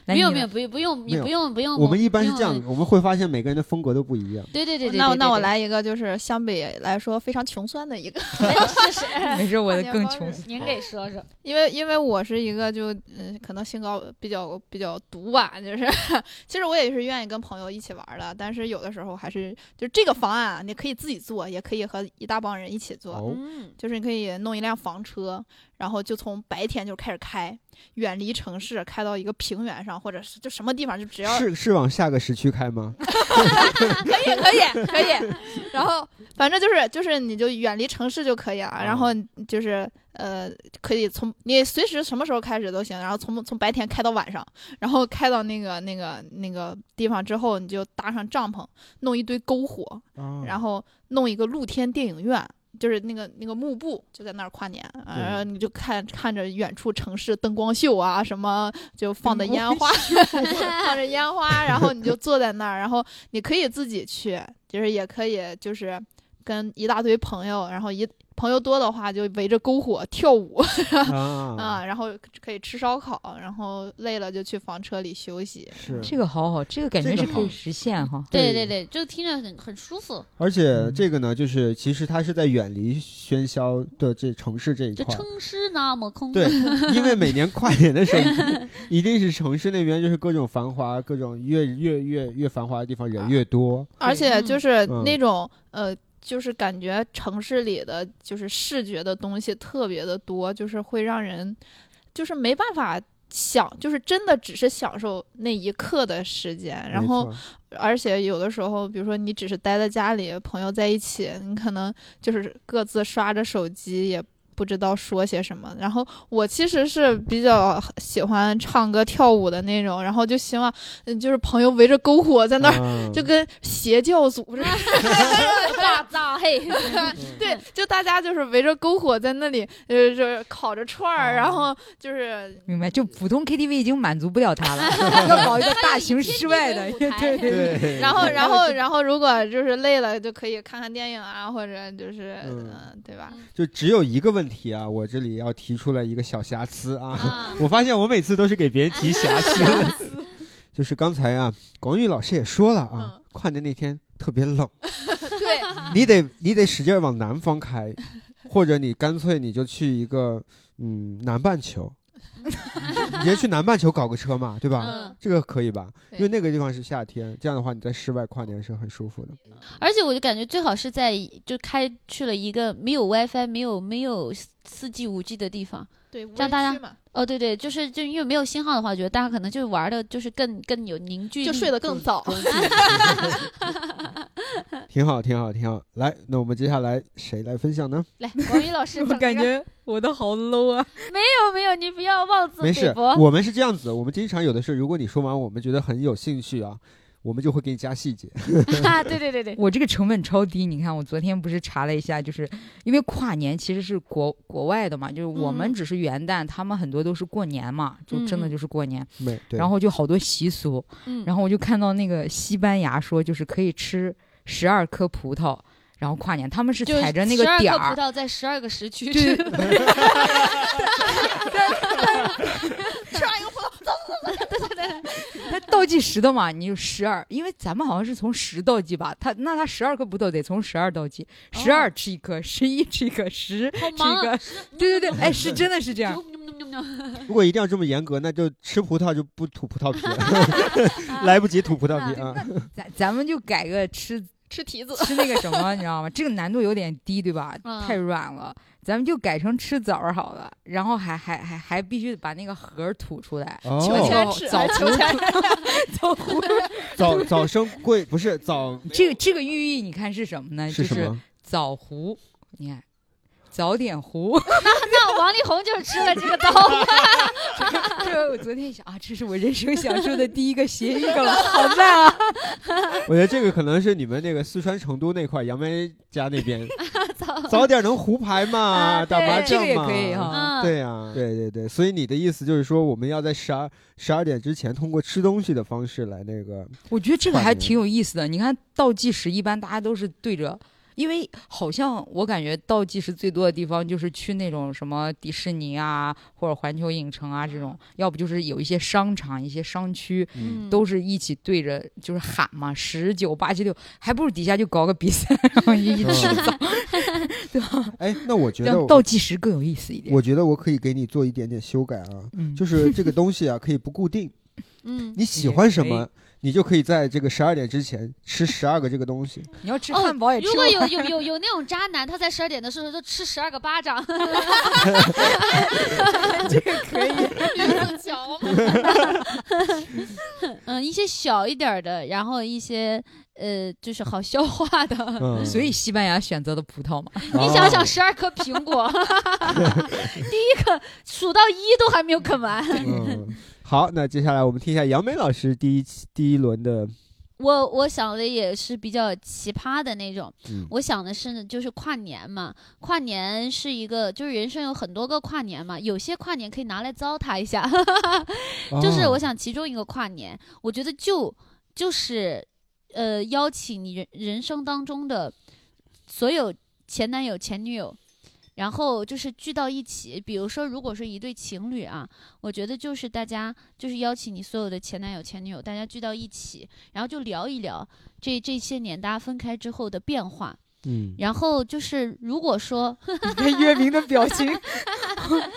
Speaker 5: 来
Speaker 4: 没有
Speaker 5: 你
Speaker 4: 没有
Speaker 5: 来，
Speaker 4: 不用不用
Speaker 2: 没
Speaker 4: 你
Speaker 2: 有
Speaker 4: 不用不用，
Speaker 2: 我们一般是这样
Speaker 4: 不用，
Speaker 2: 我们会发现每个人的风格都不一样。
Speaker 4: 对对对对，
Speaker 3: 哦那我
Speaker 4: 对
Speaker 3: 那我，
Speaker 4: 对
Speaker 3: 来一个，就是相比来说非常穷酸的一个，
Speaker 4: 对试 试，
Speaker 5: 没事，我的更
Speaker 3: 跨
Speaker 5: 穷
Speaker 3: 年方。式
Speaker 4: 您给说说，
Speaker 3: 因为因为我是一个就嗯，可能性格比较比较毒吧，就是 其实我也是愿意跟朋友一起玩的，但是有的时候还是就这个方案啊，你可以自己做，也可以和一大帮人一起做。
Speaker 2: 哦，
Speaker 4: 嗯，
Speaker 3: 就是你可以弄一辆房车，然后就从白天就开始开，远离城市，开到一个平原上，或者是就什么地方，就只要
Speaker 2: 是是往下个时区开吗？
Speaker 3: 可以可以可以。然后反正就是就是你就远离城市就可以啊，然后你就是呃可以从你随时什么时候开始都行，然后从从白天开到晚上，然后开到那个那个那个地方之后，你就搭上帐篷，弄一堆篝火，
Speaker 2: 啊
Speaker 3: 然后弄一个露天电影院。就是那个那个幕布，就在那儿跨年，啊然后你就看看着远处城市灯光秀啊，什么就放的烟花，放着烟花，然后你就坐在那儿，然后你可以自己去，就是也可以就是跟一大堆朋友，然后一朋友多的话就围着篝火跳舞
Speaker 2: 啊，
Speaker 3: 啊，然后可以吃烧烤，然后累了就去房车里休息。
Speaker 2: 是。
Speaker 5: 这个好好，这个感觉
Speaker 2: 这个
Speaker 5: 是可以
Speaker 2: 好
Speaker 5: 实现哈。
Speaker 4: 对对对，就听着很很舒服，
Speaker 2: 而且
Speaker 5: 嗯
Speaker 2: 这个呢，就是其实它是在远离喧嚣的这城市这一
Speaker 4: 就
Speaker 2: 块儿。
Speaker 4: 称师那么空，
Speaker 2: 对，因为每年跨年的时候，一定是城市那边就是各种繁华，各种越越越越繁华的地方人越多。
Speaker 3: 而且就是
Speaker 2: 嗯
Speaker 3: 那种、呃，就是感觉城市里的就是视觉的东西特别的多，就是会让人就是没办法。享就是真的只是享受那一刻的时间，然
Speaker 2: 没
Speaker 3: 后
Speaker 2: 错
Speaker 3: 而且有的时候，比如说你只是待在家里，朋友在一起，你可能就是各自刷着手机，也不知道说些什么。然后我其实是比较喜欢唱歌跳舞的那种，然后就希望嗯就是朋友围着篝火 在那儿，
Speaker 2: 儿
Speaker 3: 就跟邪教组织
Speaker 4: 大大嘿，
Speaker 3: 对，就大家就是围着篝火在那里，呃，就是烤着串儿，
Speaker 5: 哦
Speaker 3: 然后就是
Speaker 5: 明白，就普通 KTV 已经满足不了他 了，要搞一个大型室外的，
Speaker 4: 以 天地为舞台
Speaker 5: 对对对，
Speaker 2: 嗯对，
Speaker 3: 然后，然
Speaker 5: 还有
Speaker 3: 后，
Speaker 5: 就，
Speaker 3: 然后，如果就是累了，就可以看看电影啊，或者就是，
Speaker 2: 嗯
Speaker 3: 呃对吧？
Speaker 2: 就只有一个问题啊，我这里要提出来一个小瑕疵啊，
Speaker 4: 啊，
Speaker 2: 我发现我每次都是给别人提瑕 疵，就是刚才啊，广宇老师也说了啊
Speaker 3: 嗯，
Speaker 2: 跨年那天特别 冷，
Speaker 3: 对，
Speaker 2: 你得你得使劲儿往南方开，或者你干脆你就去一个嗯南半 球，你直接去南半球搞个车嘛，对吧？
Speaker 4: 嗯
Speaker 2: 这个可以吧？因
Speaker 3: 对
Speaker 2: 为那个地方是夏天，这样的话你在室外跨年是很舒服的。
Speaker 4: 而且我就感觉最好是在就开去了一个没有 WiFi、没有没有四 G、五 G 的地方。
Speaker 3: 对，
Speaker 4: 像大家
Speaker 3: 无人区嘛，
Speaker 4: 哦，对对，就是就因为没有信号的话，我觉得大家可能就玩的就是更更有凝聚力，
Speaker 3: 就睡得更早。
Speaker 2: 挺好，挺好，挺好。来，那我们接下来谁来分享呢？
Speaker 4: 来，王宇老师
Speaker 5: 我感觉我的好 low 啊！
Speaker 4: 没有没有，你不要妄自
Speaker 2: 没
Speaker 4: 菲
Speaker 2: 事，
Speaker 4: 薄。
Speaker 2: 我们是这样子，我们经常有的是，如果你说完我们觉得很有兴趣啊，我们就会给你加细 节。
Speaker 4: 啊，对对对对，
Speaker 5: 我这个成本超低，你看我昨天不是查了一下，就是因为跨年其实是国国外的嘛，就是我们
Speaker 4: 嗯
Speaker 5: 只是元旦，他们很多都是过年嘛，就真的
Speaker 4: 嗯嗯
Speaker 5: 就是过年，
Speaker 2: 没，对。
Speaker 5: 然后就好多习俗，
Speaker 4: 嗯，
Speaker 5: 然后我就看到那个西班牙说就是可以吃十二颗葡萄，然后跨年，他们是
Speaker 4: 就是
Speaker 5: 踩着那个
Speaker 4: 12
Speaker 5: 点
Speaker 4: 颗
Speaker 5: 儿
Speaker 4: 葡，萄在十二个时区
Speaker 5: 对
Speaker 4: 吃，
Speaker 5: 对
Speaker 3: 吃完一个葡萄，
Speaker 5: 它倒计时的嘛，你就十二，因为咱们好像是从十倒计吧，他那他十二颗葡萄得从十二倒计，十二吃一颗，十一吃一颗，十
Speaker 4: 哦好
Speaker 5: 吃
Speaker 4: 忙
Speaker 5: 一
Speaker 4: 啊
Speaker 5: 颗，对对对， 哎，是真的是这样，
Speaker 2: 如果一定要这么严格，那就吃葡萄就不吐葡萄 皮 了，来不及吐葡萄皮啊。
Speaker 5: 咱咱们就改个吃
Speaker 3: 吃提子，
Speaker 5: 吃那个什么，你知道吗？这个难度有点低，对吧？
Speaker 4: 嗯
Speaker 5: 太软了，咱们就改成吃枣儿好了，然后还还还还必须把那个核儿吐出来。
Speaker 2: 哦
Speaker 3: 求
Speaker 5: 钱
Speaker 3: 签吃，
Speaker 4: 啊
Speaker 5: 枣
Speaker 3: 求签吃，
Speaker 5: 枣核 儿，
Speaker 2: 早早生贵不是早
Speaker 5: 这个这个寓意你看是什么呢？
Speaker 2: 是
Speaker 5: 哎就
Speaker 2: 什
Speaker 5: 是
Speaker 2: 么？
Speaker 5: 枣核，你看。早点糊，
Speaker 4: 那王力宏就吃了这个 刀，
Speaker 5: 这我昨天一想啊，这是我人生享受的第一个谐音梗， 好慢啊！
Speaker 2: 我觉得这个可能是你们那个四川成都那块杨梅家那 边，早点能胡牌嘛，
Speaker 4: 啊
Speaker 2: 打麻
Speaker 5: 对哎这
Speaker 2: 将
Speaker 5: 个也
Speaker 2: 嘛，
Speaker 5: 可以哈
Speaker 4: 嗯，
Speaker 2: 对呀、对对对，所以你的意思就是说，我们要在十二十二点之前，通过吃东西的方式来那个，
Speaker 5: 我觉得这个
Speaker 2: 跨
Speaker 5: 还
Speaker 2: 年
Speaker 5: 挺有意思的。你看倒计时，一般大家都是对着，因为好像我感觉倒计时最多的地方就是去那种什么迪士尼啊，或者环球影城啊这
Speaker 4: 嗯
Speaker 5: 种，要不就是有一些商场、一些商区
Speaker 2: 嗯，
Speaker 5: 都是一起对着就是喊嘛，十九八七六，还不如底下就搞个比赛，然后一起
Speaker 2: 嗯
Speaker 5: 对吧？
Speaker 2: 哎，那我觉得
Speaker 5: 让
Speaker 2: 我，
Speaker 5: 倒计时更有意思一点。
Speaker 2: 我觉得我可以给你做一点点修改啊，
Speaker 5: 嗯，
Speaker 2: 就是这个东西啊，可以不固定，
Speaker 4: 嗯，
Speaker 2: 你喜欢什 么，你就可以在这个十二点之前吃十二个这个东 西。
Speaker 5: 你要吃
Speaker 4: 哦
Speaker 5: 汉堡也吃
Speaker 4: 如果
Speaker 5: 不
Speaker 4: 有有有有那种渣男，他在十二点的时候就吃十二个巴掌，
Speaker 5: 完， 这个 可以。
Speaker 3: 瞧
Speaker 4: 嗯，一些小一点儿的，然后一些呃，就是好消化的。
Speaker 2: 嗯，
Speaker 5: 所以西班牙选择的葡萄嘛，
Speaker 2: 哦
Speaker 4: 你想想，十二颗苹果， 第一颗数到一都还没有啃完。
Speaker 2: 嗯，好，那接下来我们听一下杨梅老师第一期第一轮的，
Speaker 4: 我我想的也是比较奇葩的那种，
Speaker 2: 嗯
Speaker 4: 我想的是呢，就是跨年嘛，跨年是一个，就是人生有很多个跨年嘛，有些跨年可以拿来糟蹋一下， 就是我
Speaker 2: 哦
Speaker 4: 想其中一个跨年，我觉得就就是呃邀请你人人生当中的所有前男友前女友，然后就是聚到一起。比如说，如果是一对情侣啊，我觉得就是大家就是邀请你所有的前男友前女友，大家聚到一起，然后就聊一聊这这些年大家分开之后的变化。
Speaker 2: 嗯，
Speaker 4: 然后就是如果说
Speaker 5: 你看月明的表情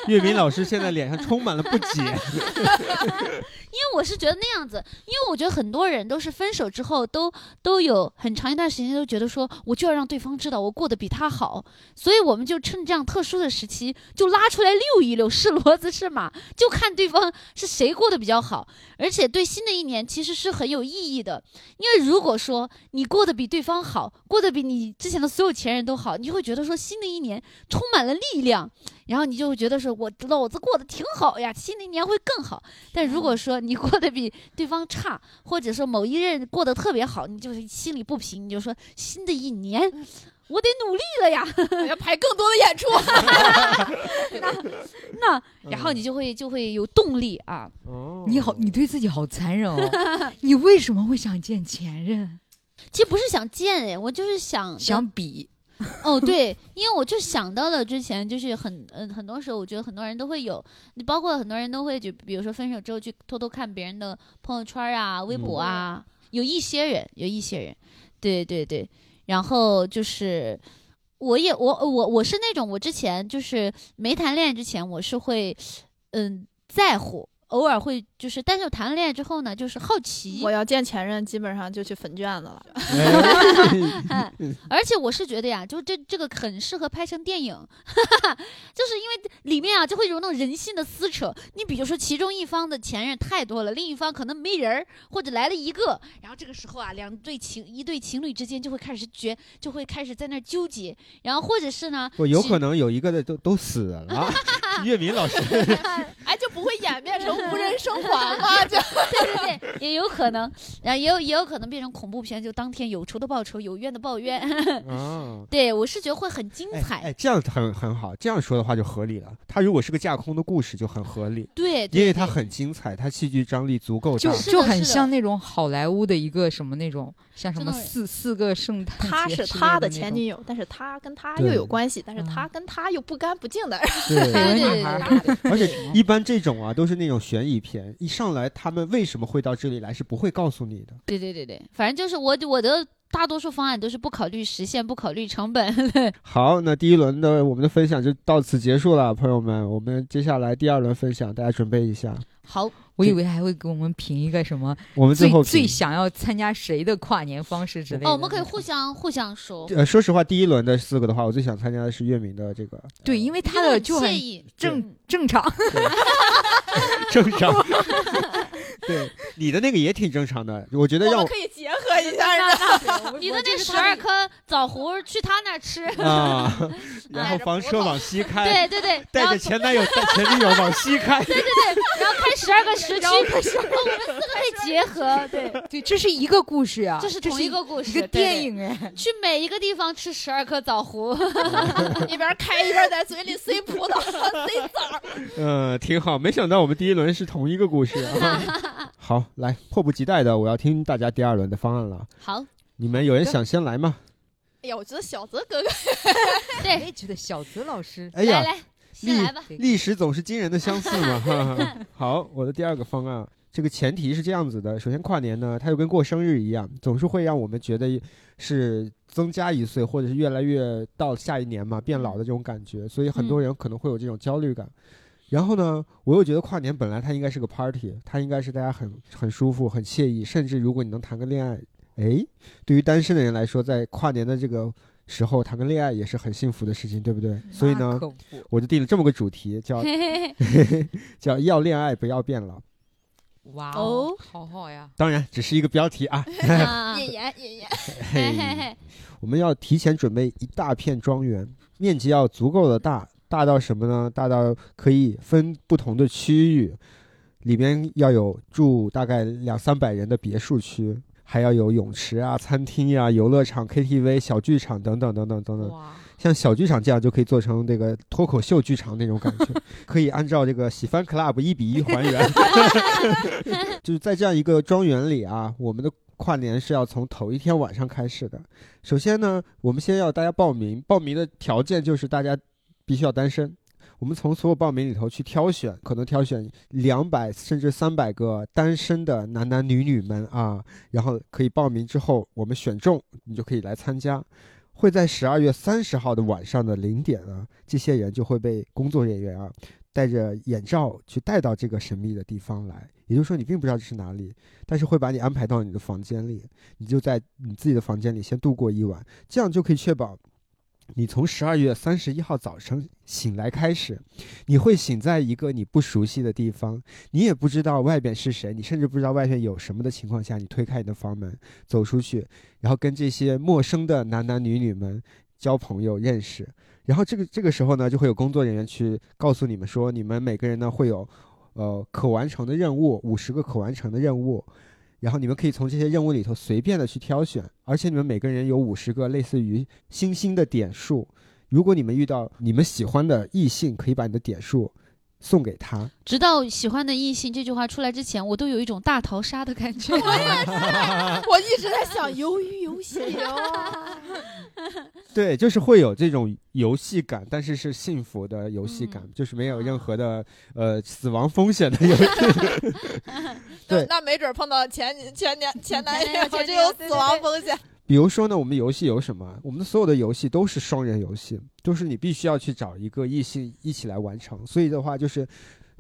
Speaker 2: 岳明老师现在脸上充满了不解。
Speaker 4: 因为我是觉得那样子，因为我觉得很多人都是分手之后都都有很长一段时间都觉得说，我就要让对方知道我过得比他好，所以我们就趁这样特殊的时期就拉出来溜一溜，是骡子是马，就看对方是谁过得比较好，而且对新的一年其实是很有意义的，因为如果说你过得比对方好，过得比你之前的所有前任都好，你就会觉得说新的一年充满了力量，然后你就会觉得说我老子过得挺好呀，新的一年会更好。但如果说你过得比对方差，或者说某一任过得特别好，你就是心里不平，你就说新的一年我得努力了呀。
Speaker 3: 我要排更多的演出。
Speaker 4: 那然后你就会就会有动力啊。
Speaker 2: 哦
Speaker 5: 你好，你对自己好残忍哦！ 你为什么会想见前 任？
Speaker 4: 其实不是想见哎，我就是想
Speaker 5: 想比
Speaker 4: 哦，对，因为我就想到了之前，就是很嗯，很多时候我觉得很多人都会有，你包括很多人都会就比如说分手之后去偷偷看别人的朋友圈啊、微博啊，有一些人，有一些人，对对对，然后就是。我也我我我是那种我之前就是没谈恋爱之前我是会，嗯在乎，偶尔会就是，但是我谈了恋爱之后呢，就是好奇，
Speaker 3: 我要见前任，基本上就去坟卷子了。
Speaker 2: 哎
Speaker 4: 哎，而且我是觉得呀，就这这个很适合拍成电影，就是因为里面啊就会有那种人性的撕扯。你比如说，其中一方的前任太多了，另一方可能没人儿，或者来了一个，然后这个时候啊，两对情一对情侣之间就会开始决，就会开始在那儿纠结，然后或者是呢，
Speaker 2: 我有
Speaker 4: 其
Speaker 2: 可能有一个的都都死了。 岳明老师，
Speaker 3: 哎，就不会演变成无人生还吗？就
Speaker 4: 对对对，也有可能，然后也有也有可能变成恐怖片，就当天有仇的报仇，有怨的报怨。
Speaker 2: 啊，
Speaker 4: 对我是觉得会很精
Speaker 2: 哎
Speaker 4: 彩，
Speaker 2: 哎，这样很很好，这样说的话就合理了。他如果是个架空的故事就很合理，
Speaker 4: 对，对
Speaker 2: 因为它
Speaker 4: 对
Speaker 2: 很精彩，它戏剧张力足够大
Speaker 5: 就是
Speaker 4: 的
Speaker 5: 就是很
Speaker 4: 的嗯
Speaker 5: 像那种好莱坞的一个什么那种，像什么
Speaker 4: 真的
Speaker 5: 四四个圣诞
Speaker 3: 他
Speaker 5: 节
Speaker 3: 是
Speaker 5: 之类的
Speaker 3: 他的
Speaker 5: 那
Speaker 3: 前
Speaker 5: 种
Speaker 3: 女友，但是他跟他
Speaker 2: 对
Speaker 3: 又有关系，但是
Speaker 5: 嗯
Speaker 3: 他跟他又不干不净的。
Speaker 4: 对对
Speaker 5: 绯闻
Speaker 4: 对
Speaker 5: 女孩
Speaker 4: 对
Speaker 5: 儿。
Speaker 2: 而且一般这种啊都是那种悬疑片，一上来他们为什么会到这里来是不会告诉你的。
Speaker 4: 对对对对，反正就是我我的大多数方案都是不考虑时限，不考虑成本。
Speaker 2: 好，那第一轮的我们的分享就到此结束了，朋友们，我们接下来第二轮分享，大家准备一下。
Speaker 4: 好，
Speaker 5: 我以为还会给我们评一个什么
Speaker 2: 我们最
Speaker 5: 最
Speaker 2: 后
Speaker 5: 最
Speaker 2: 评
Speaker 5: 想要参加谁的跨年方式之类的。
Speaker 4: 哦，我们可以互相互相说。
Speaker 2: 呃，说实话，第一轮的四个的话，我最想参加的是岳明的这个。
Speaker 5: 对，因为他的就
Speaker 4: 介
Speaker 5: 很
Speaker 4: 意，
Speaker 5: 正正常，
Speaker 2: 正 常。 对，你的那个也挺正常的，我觉得让
Speaker 3: 们
Speaker 2: 我
Speaker 3: 可以结合一下，让
Speaker 4: 你的那十二颗枣核去他那儿吃。
Speaker 2: 啊， 然
Speaker 4: 带
Speaker 2: 后
Speaker 3: 着
Speaker 2: 房
Speaker 3: 葡
Speaker 2: 车
Speaker 3: 萄
Speaker 2: 往西开，
Speaker 4: 哎对对对，然
Speaker 2: 带
Speaker 4: 后
Speaker 2: 着前男友、带前女友往西开。
Speaker 4: 然后开十二个时区，哦，我们四个可以结合，对，
Speaker 5: 对，这是一个故事啊，
Speaker 4: 这是同一个故事，
Speaker 5: 一个
Speaker 4: 对
Speaker 5: 电，影哎
Speaker 4: 对。去每一个地方吃十二颗枣核，
Speaker 3: 一边开一边在嘴里塞葡 萄、塞枣儿。
Speaker 2: 嗯，挺好，没想到我们第一轮是同一个故事 啊。好，来，迫不及待的，我要听大家第二轮的方案了。
Speaker 4: 好，
Speaker 2: 你们有人想先来吗？
Speaker 3: 哎呀，我觉得小泽哥哥
Speaker 4: 哎
Speaker 5: 我也觉得小泽老师
Speaker 2: 哎
Speaker 4: 来
Speaker 2: 呀，
Speaker 4: 来，先来吧。
Speaker 2: 历史总是惊人的相似嘛。哈哈。好，我的第二个方案，这个前提是这样子的：首先，跨年呢，它就跟过生日一样，总是会让我们觉得是增加一岁，或者是越来越到下一年嘛，变老的这种感觉。所以很多人可能会有这种焦虑感。然后呢，我又觉得跨年本来它应该是个 party，它应该是大家很很舒服、很惬意，甚至如果你能谈个恋爱，诶，对于单身的人来说，在跨年的这个时候谈个恋爱也是很幸福的事情，对不对？所以呢，
Speaker 5: 那可不
Speaker 2: 我就定了这么个主题，叫
Speaker 4: 嘿嘿嘿
Speaker 2: 叫要恋爱不要变老。
Speaker 5: 哇
Speaker 4: 哦，
Speaker 5: 好好呀，
Speaker 2: 当然，只是一个标题啊。
Speaker 4: 啊
Speaker 3: 引言引言，
Speaker 4: 嘿嘿嘿，
Speaker 2: 我们要提前准备一大片庄园，面积要足够的大，大到什么呢？大到可以分不同的区域，里边要有住大概两三百人的别墅区，还要有泳池啊、餐厅呀、游乐场、KTV、小剧场等等等等等等。
Speaker 5: 哇，
Speaker 2: 像小剧场这样就可以做成这个脱口秀剧场那种感觉，可以按照这个喜番 club 一比一还原。 就是在这样一个庄园里啊，我们的跨年是要从头一天晚上开始的。首先呢，我们先要大家报名，报名的条件就是大家必须要单身。我们从所有报名里头去挑选，可能挑选两百甚至三百个单身的男男女女们啊，然后可以报名之后，我们选中你就可以来参加。会在十二月三十号的晚上的零点呢，这些人就会被工作人员啊戴着眼罩去带到这个神秘的地方来。也就是说，你并不知道这是哪里，但是会把你安排到你的房间里，你就在你自己的房间里先度过一晚，这样就可以确保。你从十二月三十一号早晨醒来开始，你会醒在一个你不熟悉的地方，你也不知道外边是谁，你甚至不知道外边有什么的情况下，你推开你的房门走出去，然后跟这些陌生的男男女女们交朋友认识。然后这个这个时候呢，就会有工作人员去告诉你们说，你们每个人呢会有，呃，可完成的任务，五十个可完成的任务。然后你们可以从这些任务里头随便的去挑选，而且你们每个人有五十个类似于星星的点数。如果你们遇到你们喜欢的异性，可以把你的点数送给他。
Speaker 4: 直到喜欢的异性这句话出来之前，我都有一种大逃杀的感觉。
Speaker 2: 啊
Speaker 3: 我一直在想鱿鱼游 戏啊，
Speaker 2: 对，就是会有这种游戏感，但是是幸福的游戏感，
Speaker 4: 嗯
Speaker 2: 就是没有任何的呃死亡风险的游戏。 对
Speaker 3: 那没准碰到前前年前男
Speaker 4: 前男友
Speaker 3: 友就有死亡风险。
Speaker 2: 比如说呢，我们游戏有什么？我们的所有的游戏都是双人游戏，就是你必须要去找一个异性一起来完成。所以的话，就是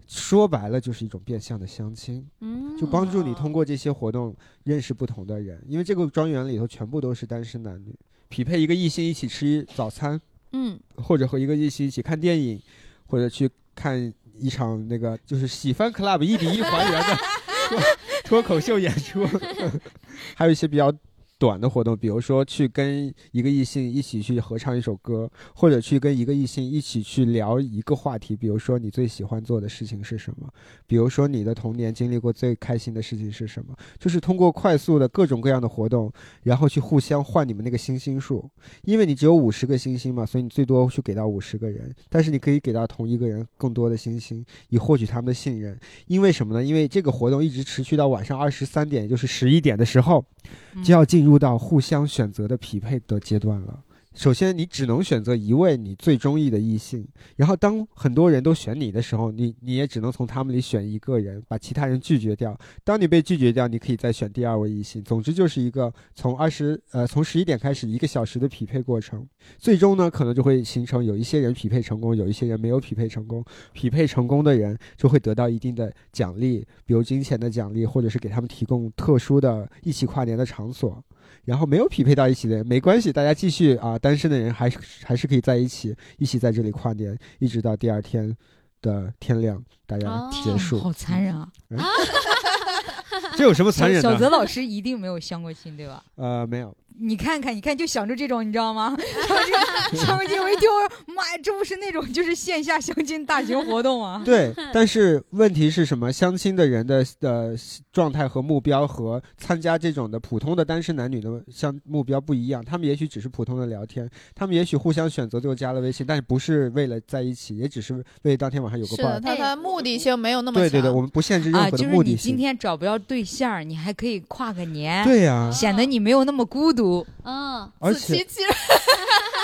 Speaker 2: 说白了，就是一种变相的相亲。
Speaker 4: 嗯
Speaker 2: 就帮助你通过这些活动认识不同的人，因为这个庄园里头全部都是单身男女，匹配一个异性一起吃早餐，
Speaker 4: 嗯，
Speaker 2: 或者和一个异性一起看电影，或者去看一场那个就是喜番 club 一比一还原的脱脱口秀演出，还有一些比较。短的活动，比如说去跟一个异性一起去合唱一首歌，或者去跟一个异性一起去聊一个话题，比如说你最喜欢做的事情是什么，比如说你的童年经历过最开心的事情是什么，就是通过快速的各种各样的活动，然后去互相换你们那个星星数，因为你只有五十个星星嘛，所以你最多去给到五十个人，但是你可以给到同一个人更多的星星，以获取他们的信任。因为什么呢？因为这个活动一直持续到晚上二十三点，也就是十一点的时候，就要进入到互相选择的匹配的阶段了。首先，你只能选择一位你最中意的异性，然后当很多人都选你的时候，你你也只能从他们里选一个人，把其他人拒绝掉。当你被拒绝掉，你可以再选第二位异性。总之就是一个从二十呃从十一点开始一个小时的匹配过程，最终呢可能就会形成有一些人匹配成功，有一些人没有匹配成功。匹配成功的人就会得到一定的奖励，比如金钱的奖励，或者是给他们提供特殊的一起跨年的场所。然后没有匹配到一起的人没关系，大家继续啊，单身的人还是还是可以在一起，一起在这里跨年，一直到第二天的天亮，大家
Speaker 4: 哦
Speaker 2: 结束。
Speaker 5: 好残忍啊！
Speaker 2: 这有什么嗯残忍的？啊
Speaker 5: 小泽老师一定没有相过亲，对吧？
Speaker 2: 呃，没有，
Speaker 5: 你看看，你看，就想着这种，你知道吗？ 想着这想着这，我一听，我说妈呀，这不是那种就是线下相亲大型活 动 吗？
Speaker 2: 对，但是问题是什么？相亲的人的呃状态和目标和参加这种的普通的单身男女的相目标不一样。他们也许只是普通的聊天，他们也许互相选择就加了微信，但是不是为了在一起，也只是为当天晚上有个
Speaker 3: 是
Speaker 2: 伴
Speaker 3: 的，
Speaker 2: 儿。
Speaker 3: 他的目的性没有那么
Speaker 2: 对
Speaker 3: 强。
Speaker 2: 对对，我们不限制
Speaker 5: 啊，
Speaker 2: 任何的
Speaker 5: 就是
Speaker 2: 目
Speaker 5: 你
Speaker 2: 的
Speaker 5: 今
Speaker 2: 性。
Speaker 5: 天找不着对象儿，你还可以跨个年，
Speaker 2: 对啊呀、
Speaker 5: 显得你没有那么孤独。
Speaker 4: 嗯，
Speaker 2: 而
Speaker 3: 子
Speaker 2: 且
Speaker 3: 期其实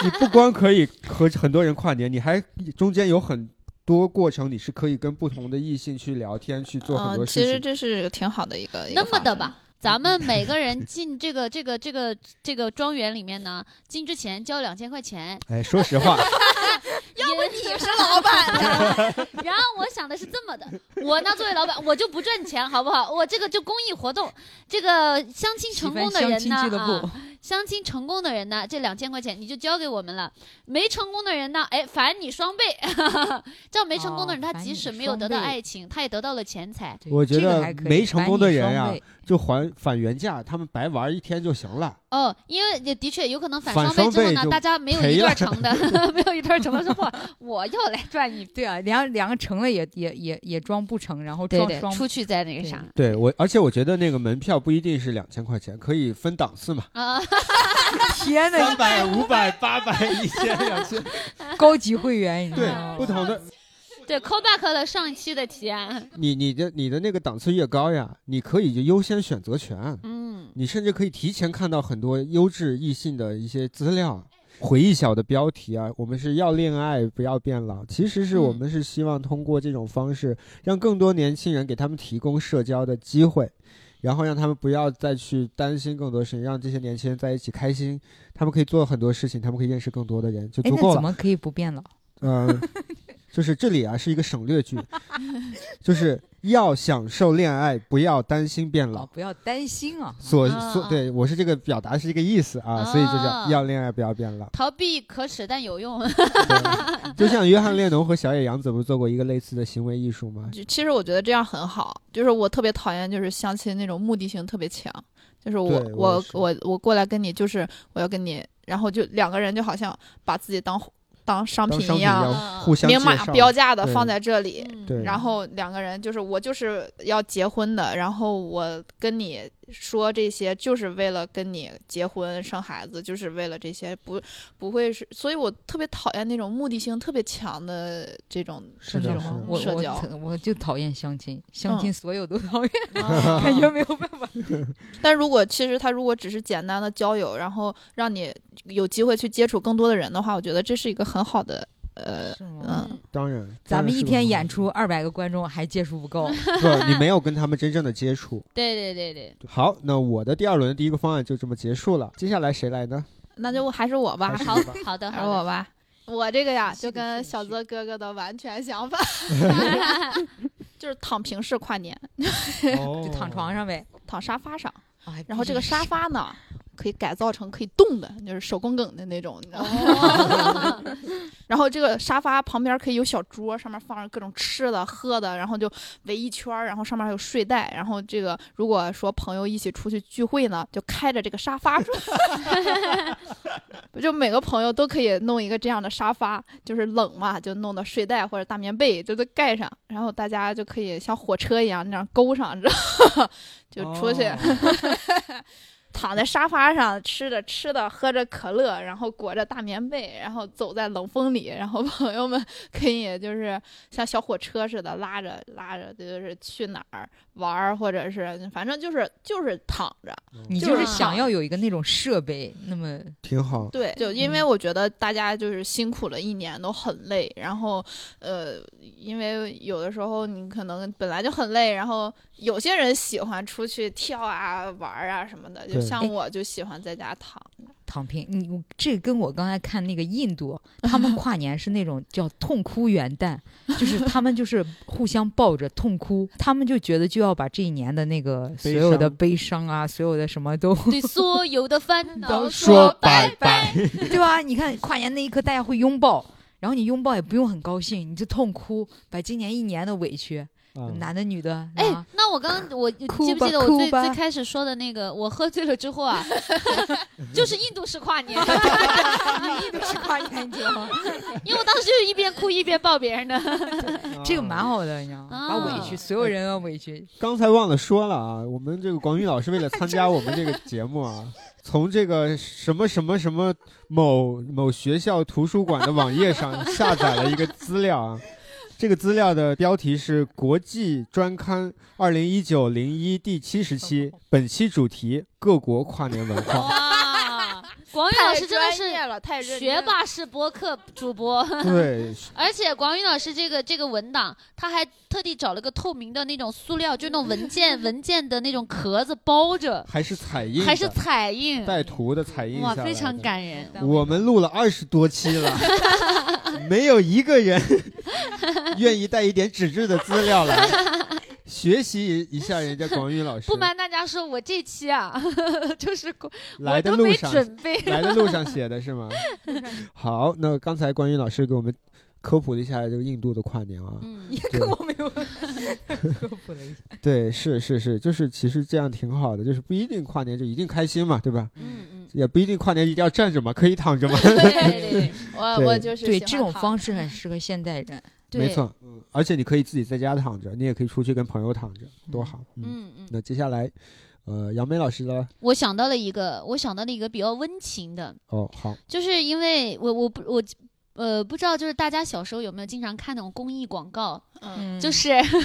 Speaker 2: 你不光可以和很多人跨年，你还中间有很多过程，你是可以跟不同的异性去聊天，去做很多
Speaker 3: 嗯，
Speaker 2: 事
Speaker 3: 其
Speaker 2: 情。
Speaker 3: 实这是挺好的一个
Speaker 4: 那么的，吧。咱们每个人进这个这个这个这个庄园里面呢，进之前交两千块钱，
Speaker 2: 哎，说实话，
Speaker 4: 要不你
Speaker 3: 你是老板的，
Speaker 4: 然后我想的是这么的，我呢作为老板，我就不赚钱，好不好？我这个就公益活动，这个相亲
Speaker 5: 喜
Speaker 4: 成
Speaker 5: 欢
Speaker 4: 功的
Speaker 5: 相
Speaker 4: 人
Speaker 5: 亲
Speaker 4: 呢，
Speaker 5: 俱乐部
Speaker 4: 啊，，相亲成功的人呢，这两千块钱你就交给我们了；没成功的人呢，哎，返你双倍。 这样没成功的人，
Speaker 5: 哦
Speaker 4: 他
Speaker 5: 返
Speaker 4: 即
Speaker 5: 你
Speaker 4: 使没有得到
Speaker 5: 双倍
Speaker 4: 爱情，他也得到了钱财。
Speaker 5: 对
Speaker 2: 我觉
Speaker 5: 这个
Speaker 2: 得
Speaker 5: 还可以
Speaker 2: 没成功的人啊呀
Speaker 5: 返你双倍
Speaker 2: 就还返原价，他们白玩一天就行了。
Speaker 4: 哦，因为也的确有可能返
Speaker 2: 返
Speaker 4: 双倍
Speaker 2: 双
Speaker 4: 之后
Speaker 2: 倍
Speaker 4: 呢，
Speaker 2: 就
Speaker 4: 大家没有
Speaker 2: 赔
Speaker 4: 一段
Speaker 2: 了
Speaker 4: 成的，没有一段成的说哇， 我要来赚一。
Speaker 5: 对啊，两两个成了也也也也装不成，然后
Speaker 4: 对
Speaker 5: 装
Speaker 4: 对，
Speaker 5: 装
Speaker 4: 出去再那个
Speaker 5: 对
Speaker 4: 啥
Speaker 2: 对我，而且我觉得那个门票不一定是两千块钱，可以分档次嘛，
Speaker 4: 啊，
Speaker 5: 天呐，
Speaker 2: 百、五百、八百、一千、两千，
Speaker 5: 高级会员，你知道
Speaker 2: 对，
Speaker 5: 吗
Speaker 2: 不同的，
Speaker 4: 对，call back 了上一期的提案，
Speaker 2: 你你的你的那个档次越高呀，你可以就优先选择权，
Speaker 4: 嗯，
Speaker 2: 你甚至可以提前看到很多优质异性的一些资料。回忆小的标题啊，我们是要恋爱不要变老，其实是
Speaker 4: 嗯
Speaker 2: 我们是希望通过这种方式，让更多年轻人给他们提供社交的机会，然后让他们不要再去担心更多事情，让这些年轻人在一起开心，他们可以做很多事情，他们可以认识更多的人，就
Speaker 5: 哎，
Speaker 2: 足
Speaker 5: 那
Speaker 2: 够
Speaker 5: 怎
Speaker 2: 了。
Speaker 5: 么可以不变老？
Speaker 2: 嗯、就是这里啊是一个省 略句，就是要享受恋爱，不要担心变老
Speaker 5: 哦，。不要担心啊。
Speaker 2: 所
Speaker 4: 啊
Speaker 2: 所
Speaker 4: 啊
Speaker 2: 对我是这个表达是一个意思啊，所以就
Speaker 4: 啊
Speaker 2: 叫要恋爱不要变老。
Speaker 4: 逃避可耻但有用。
Speaker 2: 对就像约翰列侬和小野洋子不是做过一个类似的行为艺术吗？
Speaker 3: 就其实我觉得这样很好，就是我特别讨厌就是相亲那种目的性特别强，就是我
Speaker 2: 对我也
Speaker 3: 我
Speaker 2: 是
Speaker 3: 我我过来跟你就是我要跟你，然后就两个人就好像把自己当当商
Speaker 2: 当商
Speaker 3: 品
Speaker 2: 品一
Speaker 3: 一样，
Speaker 2: 样互相介
Speaker 3: 明码
Speaker 2: 绍，
Speaker 3: 标价的
Speaker 2: 对
Speaker 3: 放在这里，
Speaker 4: 嗯
Speaker 2: 对
Speaker 3: 然后两个人就是我就是要结婚的，然后我跟你说这些就是为了跟你结婚生孩子，就是为了这些不不会是，所以我特别讨厌那种目的性特别强的这种
Speaker 2: 是
Speaker 3: 这
Speaker 2: 的
Speaker 3: 种
Speaker 2: 是的
Speaker 5: 我
Speaker 3: 社交
Speaker 5: 我我就讨厌相亲，相
Speaker 3: 嗯
Speaker 5: 亲所有都讨厌，
Speaker 4: 啊
Speaker 5: 感觉没有办法。
Speaker 3: 但如果其实他如果只是简单的交友，然后让你有机会去接触更多的人的话，我觉得这是一个很好的呃
Speaker 5: 是吗
Speaker 3: 嗯
Speaker 2: 当然，
Speaker 5: 咱
Speaker 2: 当
Speaker 5: 们
Speaker 2: 然
Speaker 5: 一
Speaker 2: 是个
Speaker 5: 天
Speaker 2: 很
Speaker 5: 演
Speaker 2: 好
Speaker 5: 出二百个观众还接触不够，
Speaker 2: 不，你没有跟他们真正的接触。
Speaker 4: 对对对对，
Speaker 2: 好，那我的第二轮的第一个方案就这么结束了。接下来谁来呢？
Speaker 3: 那就还是我吧
Speaker 2: 还，是
Speaker 4: 好
Speaker 2: 你吧
Speaker 4: 好的
Speaker 3: 还
Speaker 4: 好
Speaker 3: 是
Speaker 4: 的，
Speaker 3: 我吧。我这个呀，
Speaker 5: 是的
Speaker 3: 就跟
Speaker 5: 是的
Speaker 3: 小泽哥哥的完全相反， 就是躺平式跨年，
Speaker 5: 就躺床上呗。
Speaker 3: 躺沙发上。
Speaker 5: 啊
Speaker 3: 哎然后
Speaker 4: 嗯
Speaker 3: 这个沙
Speaker 5: 真是
Speaker 3: 发呢，可以改造成可以动的，就是手工梗的那种，你知道吗？
Speaker 4: 哦
Speaker 3: 然后这个沙发旁边可以有小桌，上面放着各种吃的、喝的，然后就围一圈儿，然后上面还有睡袋。然后这个如果说朋友一起出去聚会呢，就开着这个沙发出去 就每个朋友都可以弄一个这样的沙发，就是冷嘛，就弄的睡袋或者大棉被，就都盖上，然后大家就可以像火车一样那样勾上， 你知道吗，就出去。
Speaker 2: 哦
Speaker 3: 躺在沙发上吃着吃的，喝着可乐，然后裹着大棉被，然后走在冷风里，然后 朋友们可以就是像小火车似的拉着拉着，就是去哪儿玩儿，或者是反正就是就是躺着。
Speaker 5: 你
Speaker 3: 就
Speaker 5: 就是是
Speaker 3: 躺
Speaker 5: 想
Speaker 3: 着
Speaker 5: 要有一个那种设备，那么
Speaker 2: 嗯挺好。
Speaker 3: 对，就因为我觉得大家就是辛苦了一年，都很累。然后，呃，因为有的时候你可能本来就很累，然后有些人喜欢出去跳啊、玩儿啊什么的，就
Speaker 2: 对
Speaker 3: 像
Speaker 5: 哎
Speaker 3: 我就喜欢在家躺。
Speaker 5: 躺平。你我这跟我刚才看那个印度，他们跨年是那种叫痛哭元旦，就是他们就是互相抱着痛哭，他们就觉得就要把这一年的那个所
Speaker 2: 悲
Speaker 5: 有的
Speaker 2: 伤
Speaker 5: 悲伤啊，所有的什么都
Speaker 4: 对所有的烦恼
Speaker 5: 都
Speaker 2: 说
Speaker 4: 拜
Speaker 2: 拜拜，
Speaker 5: 对吧？你看跨年那一刻，大家会拥抱，然后你拥抱也不用很高兴，你就痛哭，把今年一年的委屈，
Speaker 2: 啊
Speaker 5: 男的女的，
Speaker 4: 哎
Speaker 5: 啊，
Speaker 4: 那我刚刚我记
Speaker 5: 哭
Speaker 4: 不
Speaker 5: 吧
Speaker 4: 记得我
Speaker 5: 哭
Speaker 4: 最
Speaker 5: 吧
Speaker 4: 最开始说的那个，我喝醉了之 后啊，就是印度式跨年，
Speaker 5: 你都是跨年，你知 道吗？
Speaker 4: 因为我当时就是一边哭一边抱别人的。
Speaker 2: 嗯
Speaker 5: 这个蛮。好的，你知道吗？把委屈，
Speaker 4: 啊
Speaker 5: 所有人的委屈，
Speaker 2: 刚才忘了说了啊，我们这个广宇老师为了参加我们这个节目 啊，从这个什么什么什么某某学校图书馆的网页上下载了一个资料啊。这个资料的标题是《国际专刊二零一九零一第七十期》，本期主题：各国跨年文化。
Speaker 4: 哇，广宇老师真的
Speaker 3: 太专业
Speaker 4: 是
Speaker 3: 了，太认真
Speaker 4: 学
Speaker 3: 了。
Speaker 4: 霸式播客主播，
Speaker 2: 对，
Speaker 4: 而且广宇老师这个这个文档，他还特地找了个透明的那种塑料，就那种文件文件的那种壳子包着，
Speaker 2: 还是彩印的，
Speaker 4: 还是彩印，
Speaker 2: 带图的彩印，
Speaker 4: 哇，非常。感人。
Speaker 2: 我们录了二十多期 了，没有一个人 愿意带一点纸质的资料 来学习一下人家广宇老师。
Speaker 4: 不瞒大家说，我这期啊， 就是广
Speaker 2: 来
Speaker 4: 我
Speaker 2: 的
Speaker 4: 都
Speaker 2: 路
Speaker 4: 没
Speaker 2: 上，
Speaker 4: 准备。
Speaker 2: 来的路上写的 是吗？好，那刚才关于老师给我们科普了一下这个印度的跨年啊，
Speaker 4: 嗯
Speaker 5: 也跟我没有 科普了一下。
Speaker 2: 对，是是是，就是其实这样挺好的，就是不一定跨年就一定开心嘛，对吧？
Speaker 4: 嗯嗯，
Speaker 2: 也不一定跨年一定要站着嘛，可以躺着嘛。
Speaker 4: 对对对
Speaker 3: 我
Speaker 2: 对
Speaker 3: 我就是
Speaker 5: 对，
Speaker 3: 喜欢
Speaker 5: 这种
Speaker 3: 躺
Speaker 5: 方
Speaker 4: 嗯
Speaker 5: 式很适合现代人。
Speaker 4: 对，
Speaker 2: 没错，嗯，而且你可以自己在家躺着，你也可以出去跟朋友躺着，多好。嗯，
Speaker 4: 嗯嗯，
Speaker 2: 那接下来，呃，杨梅老师呢？
Speaker 4: 我想到了一个，我想到了一个比较温情的，
Speaker 2: 哦，好，
Speaker 4: 就是因为我我不我。呃，不知道就是大家小时候有没有经常看那种公益广告，
Speaker 3: 嗯，
Speaker 4: 就是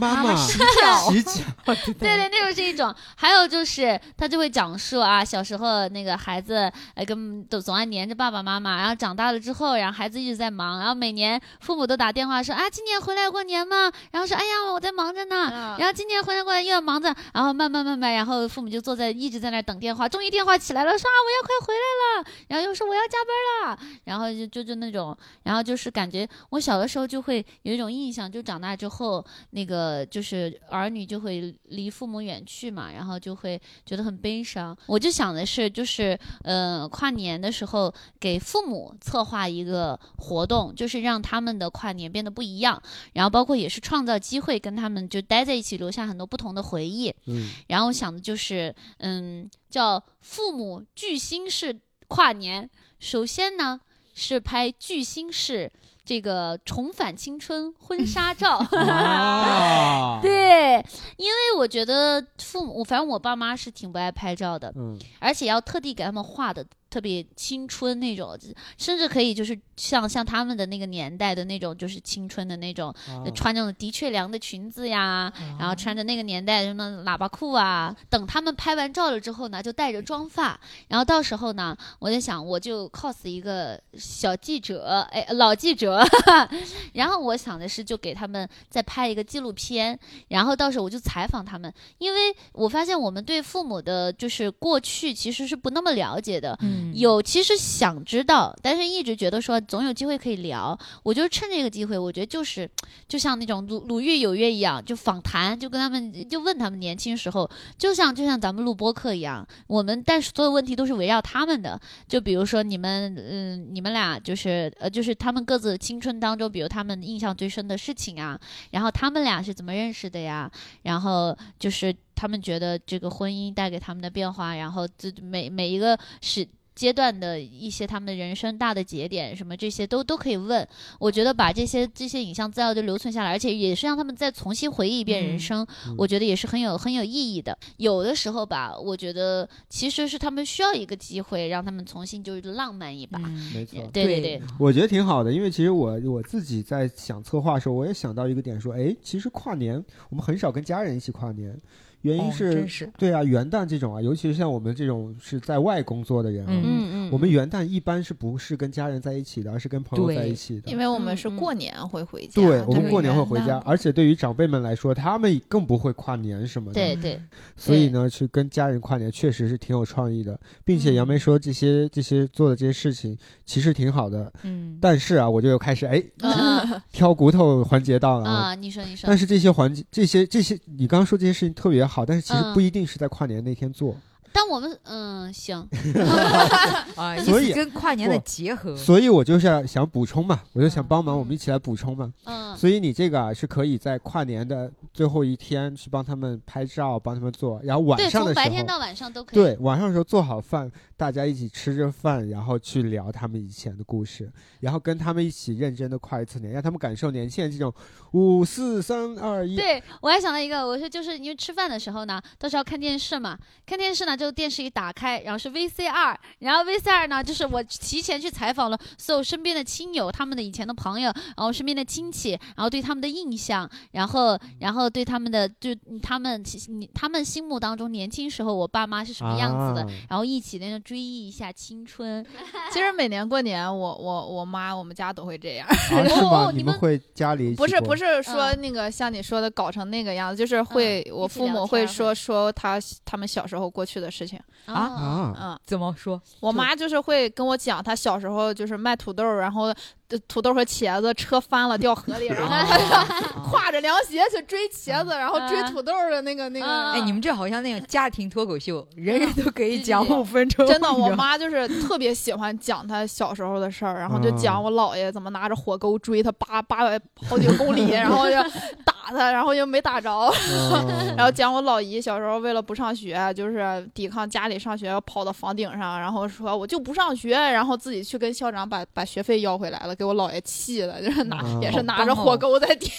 Speaker 2: 妈妈
Speaker 5: 洗脚，
Speaker 2: 洗脚，
Speaker 4: 对嗯对，那个是一种。还有就是他就会讲述啊，小时候那个孩子呃跟总总爱黏着爸爸妈妈，然后长大了之后，然后孩子一直在忙，然后每年父母都打电话说啊，今年回来过年吗？然后说哎呀，我在忙着呢。
Speaker 3: 啊
Speaker 4: 然后今年回来过来又要忙着，然后慢慢慢慢，然后父母就坐在一直在那儿等电话，终于电话起来了，说啊我要快回来了，然后又说我要加班了，然后就就就那种，然后就是感觉我小的时候就会有一种印象，就长大之后那个就是儿女就会离父母远去嘛，然后就会觉得很悲伤。我就想的是，就是呃跨年的时候给父母策划一个活动，就是让他们的跨年变得不一样。然后包括也是创造机会跟他们就待在一起，留下很多不同的回忆。
Speaker 2: 嗯，
Speaker 4: 然后我想的就是，嗯，叫父母巨星式跨年。首先呢是拍巨星式这个重返青春婚纱照。
Speaker 2: 啊，
Speaker 4: 对，因为我觉得父母，反正我爸妈是挺不爱拍照的，
Speaker 2: 嗯，
Speaker 4: 而且要特地给他们画的特别青春那种，甚至可以就是像像他们的那个年代的那种，就是青春的那种
Speaker 2: 啊
Speaker 4: 呃穿那种的确良的裙子呀，然后穿着那个年代什么喇叭裤啊。等他们拍完照了之后呢，就带着妆发，然后到时候呢，我在想我就 cos 一个小记者，哎，老记者， 然后我想的是就给他们再拍一个纪录片，然后到时候我就采访他们，因为我发现我们对父母的就是过去其实是不那么了解的，
Speaker 5: 嗯，
Speaker 4: 有其实想知道，但是一直觉得说总有机会可以聊，我就趁这个机会，我觉得就是就像那种鲁鲁豫有约一样，就访谈，就跟他们就问他们年轻时候，就像就像咱们录播课一样，我们但是所有问题都是围绕他们的，就比如说你们嗯你们俩就是呃就是他们各自青春当中，比如他们印象最深的事情啊，然后他们俩是怎么认识的呀？然后就是他们觉得这个婚姻带给他们的变化，然后这每每一个是阶段的一些他们人生大的节点，什么这些都都可以问。我觉得把这些这些影像资料就留存下来，而且也是让他们再重新回忆一遍人生，
Speaker 2: 嗯
Speaker 4: 我觉得也是很有很有意义的。有的时候吧，我觉得其实是他们需要一个机会，让他们重新就是浪漫一把。
Speaker 5: 嗯
Speaker 2: 没错，
Speaker 4: 对对对，
Speaker 2: 我觉得挺好的，因为其实我我自己在想策划的时候，我也想到一个点，说，哎，其实跨年我们很少跟家人一起跨年，原因
Speaker 5: 哦
Speaker 2: 是，
Speaker 5: 真是
Speaker 2: 对啊，元旦这种啊，尤其是像我们这种是在外工作的人啊，
Speaker 5: 嗯
Speaker 4: 嗯嗯，
Speaker 2: 我们元旦一般是不是跟家人在一起的，而是跟朋友在一起的
Speaker 3: 因。为我们是
Speaker 4: 嗯嗯
Speaker 3: 过年会回家，
Speaker 2: 对我
Speaker 3: 但
Speaker 2: 们
Speaker 3: 是
Speaker 2: 过年会回
Speaker 3: 元旦
Speaker 2: 家，而且对于长辈们来说，他们更不会跨年什么的。
Speaker 4: 对对，
Speaker 2: 所以呢，去跟家人跨年确实是挺有创意的，并且
Speaker 4: 嗯
Speaker 2: 杨梅说这些这些做的这些事情其实挺好的，
Speaker 5: 嗯，
Speaker 2: 但是啊，我就又开始哎
Speaker 4: 嗯
Speaker 2: 挑骨头 环节到了啊。
Speaker 4: 啊，你说你说
Speaker 2: 但，是这些环节，这些这些，你刚刚说这些事情特别好，但是其实
Speaker 4: 嗯
Speaker 2: 不一定是在跨年那天做，
Speaker 4: 但我们嗯行，
Speaker 5: 啊，意
Speaker 2: 所以
Speaker 5: 思跟跨年的
Speaker 2: 不
Speaker 5: 结合，
Speaker 2: 所以我就是要想补充嘛，我就想
Speaker 5: 嗯
Speaker 2: 帮忙，我们一起来补充嘛。
Speaker 4: 嗯
Speaker 2: 所以你这个啊，是可以在跨年的最后一天去帮他们拍照，帮他们做，然后晚
Speaker 4: 对，
Speaker 2: 上
Speaker 4: 从
Speaker 2: 的时
Speaker 4: 白天
Speaker 2: 候，
Speaker 4: 到晚上都可以。
Speaker 2: 对，晚上的时候做好饭，大家一起吃着饭，然后去聊他们以前的故事，然后跟他们一起认真的跨一次年，让他们感受年限这种五四三二一，
Speaker 4: 对，我还想到一个，我说就是因为吃饭的时候呢，都是要看电视嘛，看电视呢，就电视一打开，然后是 VCR，然后 VCR 呢，就是我提前去采访了所有身边的亲友，他们的以前的朋友，然后身边的亲戚，然后对他们的印象，然后然后对他们的就他们其实你他们心目当中年轻时候我爸妈是什么样子的，
Speaker 2: 啊
Speaker 4: 然后一起那种追忆一下青春。
Speaker 3: 其实每年过年，我我我妈我们家都会这样，
Speaker 2: 啊， 是
Speaker 4: 哦
Speaker 2: 吗？
Speaker 4: 哦
Speaker 2: 你
Speaker 4: 你
Speaker 2: 们
Speaker 4: 们
Speaker 2: 会家里一起
Speaker 3: 不是
Speaker 2: 过
Speaker 3: 不是说那个像你说的搞成那个样子，就是会
Speaker 4: 嗯
Speaker 3: 我
Speaker 4: 一起
Speaker 3: 父
Speaker 4: 聊
Speaker 3: 母
Speaker 4: 天
Speaker 3: 会
Speaker 4: 儿
Speaker 3: 说说他他们小时候过去的事情，
Speaker 5: 啊
Speaker 2: 啊？
Speaker 3: 嗯，
Speaker 5: 怎 么说？
Speaker 3: 我妈就是会跟我讲，她小时候就是卖土豆，然后呃土豆和茄子车翻了掉河里，然
Speaker 2: 哦
Speaker 3: 后她挎着凉鞋去追茄子，然后追土豆的那个那
Speaker 4: 啊
Speaker 3: 个。
Speaker 5: 哎，你们这好像那种家庭脱口 秀，人人都可以
Speaker 4: 对
Speaker 5: 讲
Speaker 4: 对
Speaker 5: 五分钟。
Speaker 3: 真的，
Speaker 5: 你知
Speaker 3: 我
Speaker 5: 道吗
Speaker 3: 妈就是特别喜欢讲她小时候的事儿，然后就
Speaker 2: 啊
Speaker 3: 讲我姥爷怎么拿着火钩追她八八百好几公里，然后就打打他，然后又没打着。
Speaker 2: 嗯
Speaker 3: 然后讲我老姨小时候为了不上学，就是抵抗家里上学，跑到房顶上，然后说我就不上学，然后自己去跟校长把把学费要回来了，给我姥爷气的，就是拿、
Speaker 2: 啊
Speaker 3: 也
Speaker 5: 好
Speaker 3: 是拿着
Speaker 5: 棒
Speaker 3: 火
Speaker 5: 哦
Speaker 3: 钩在点。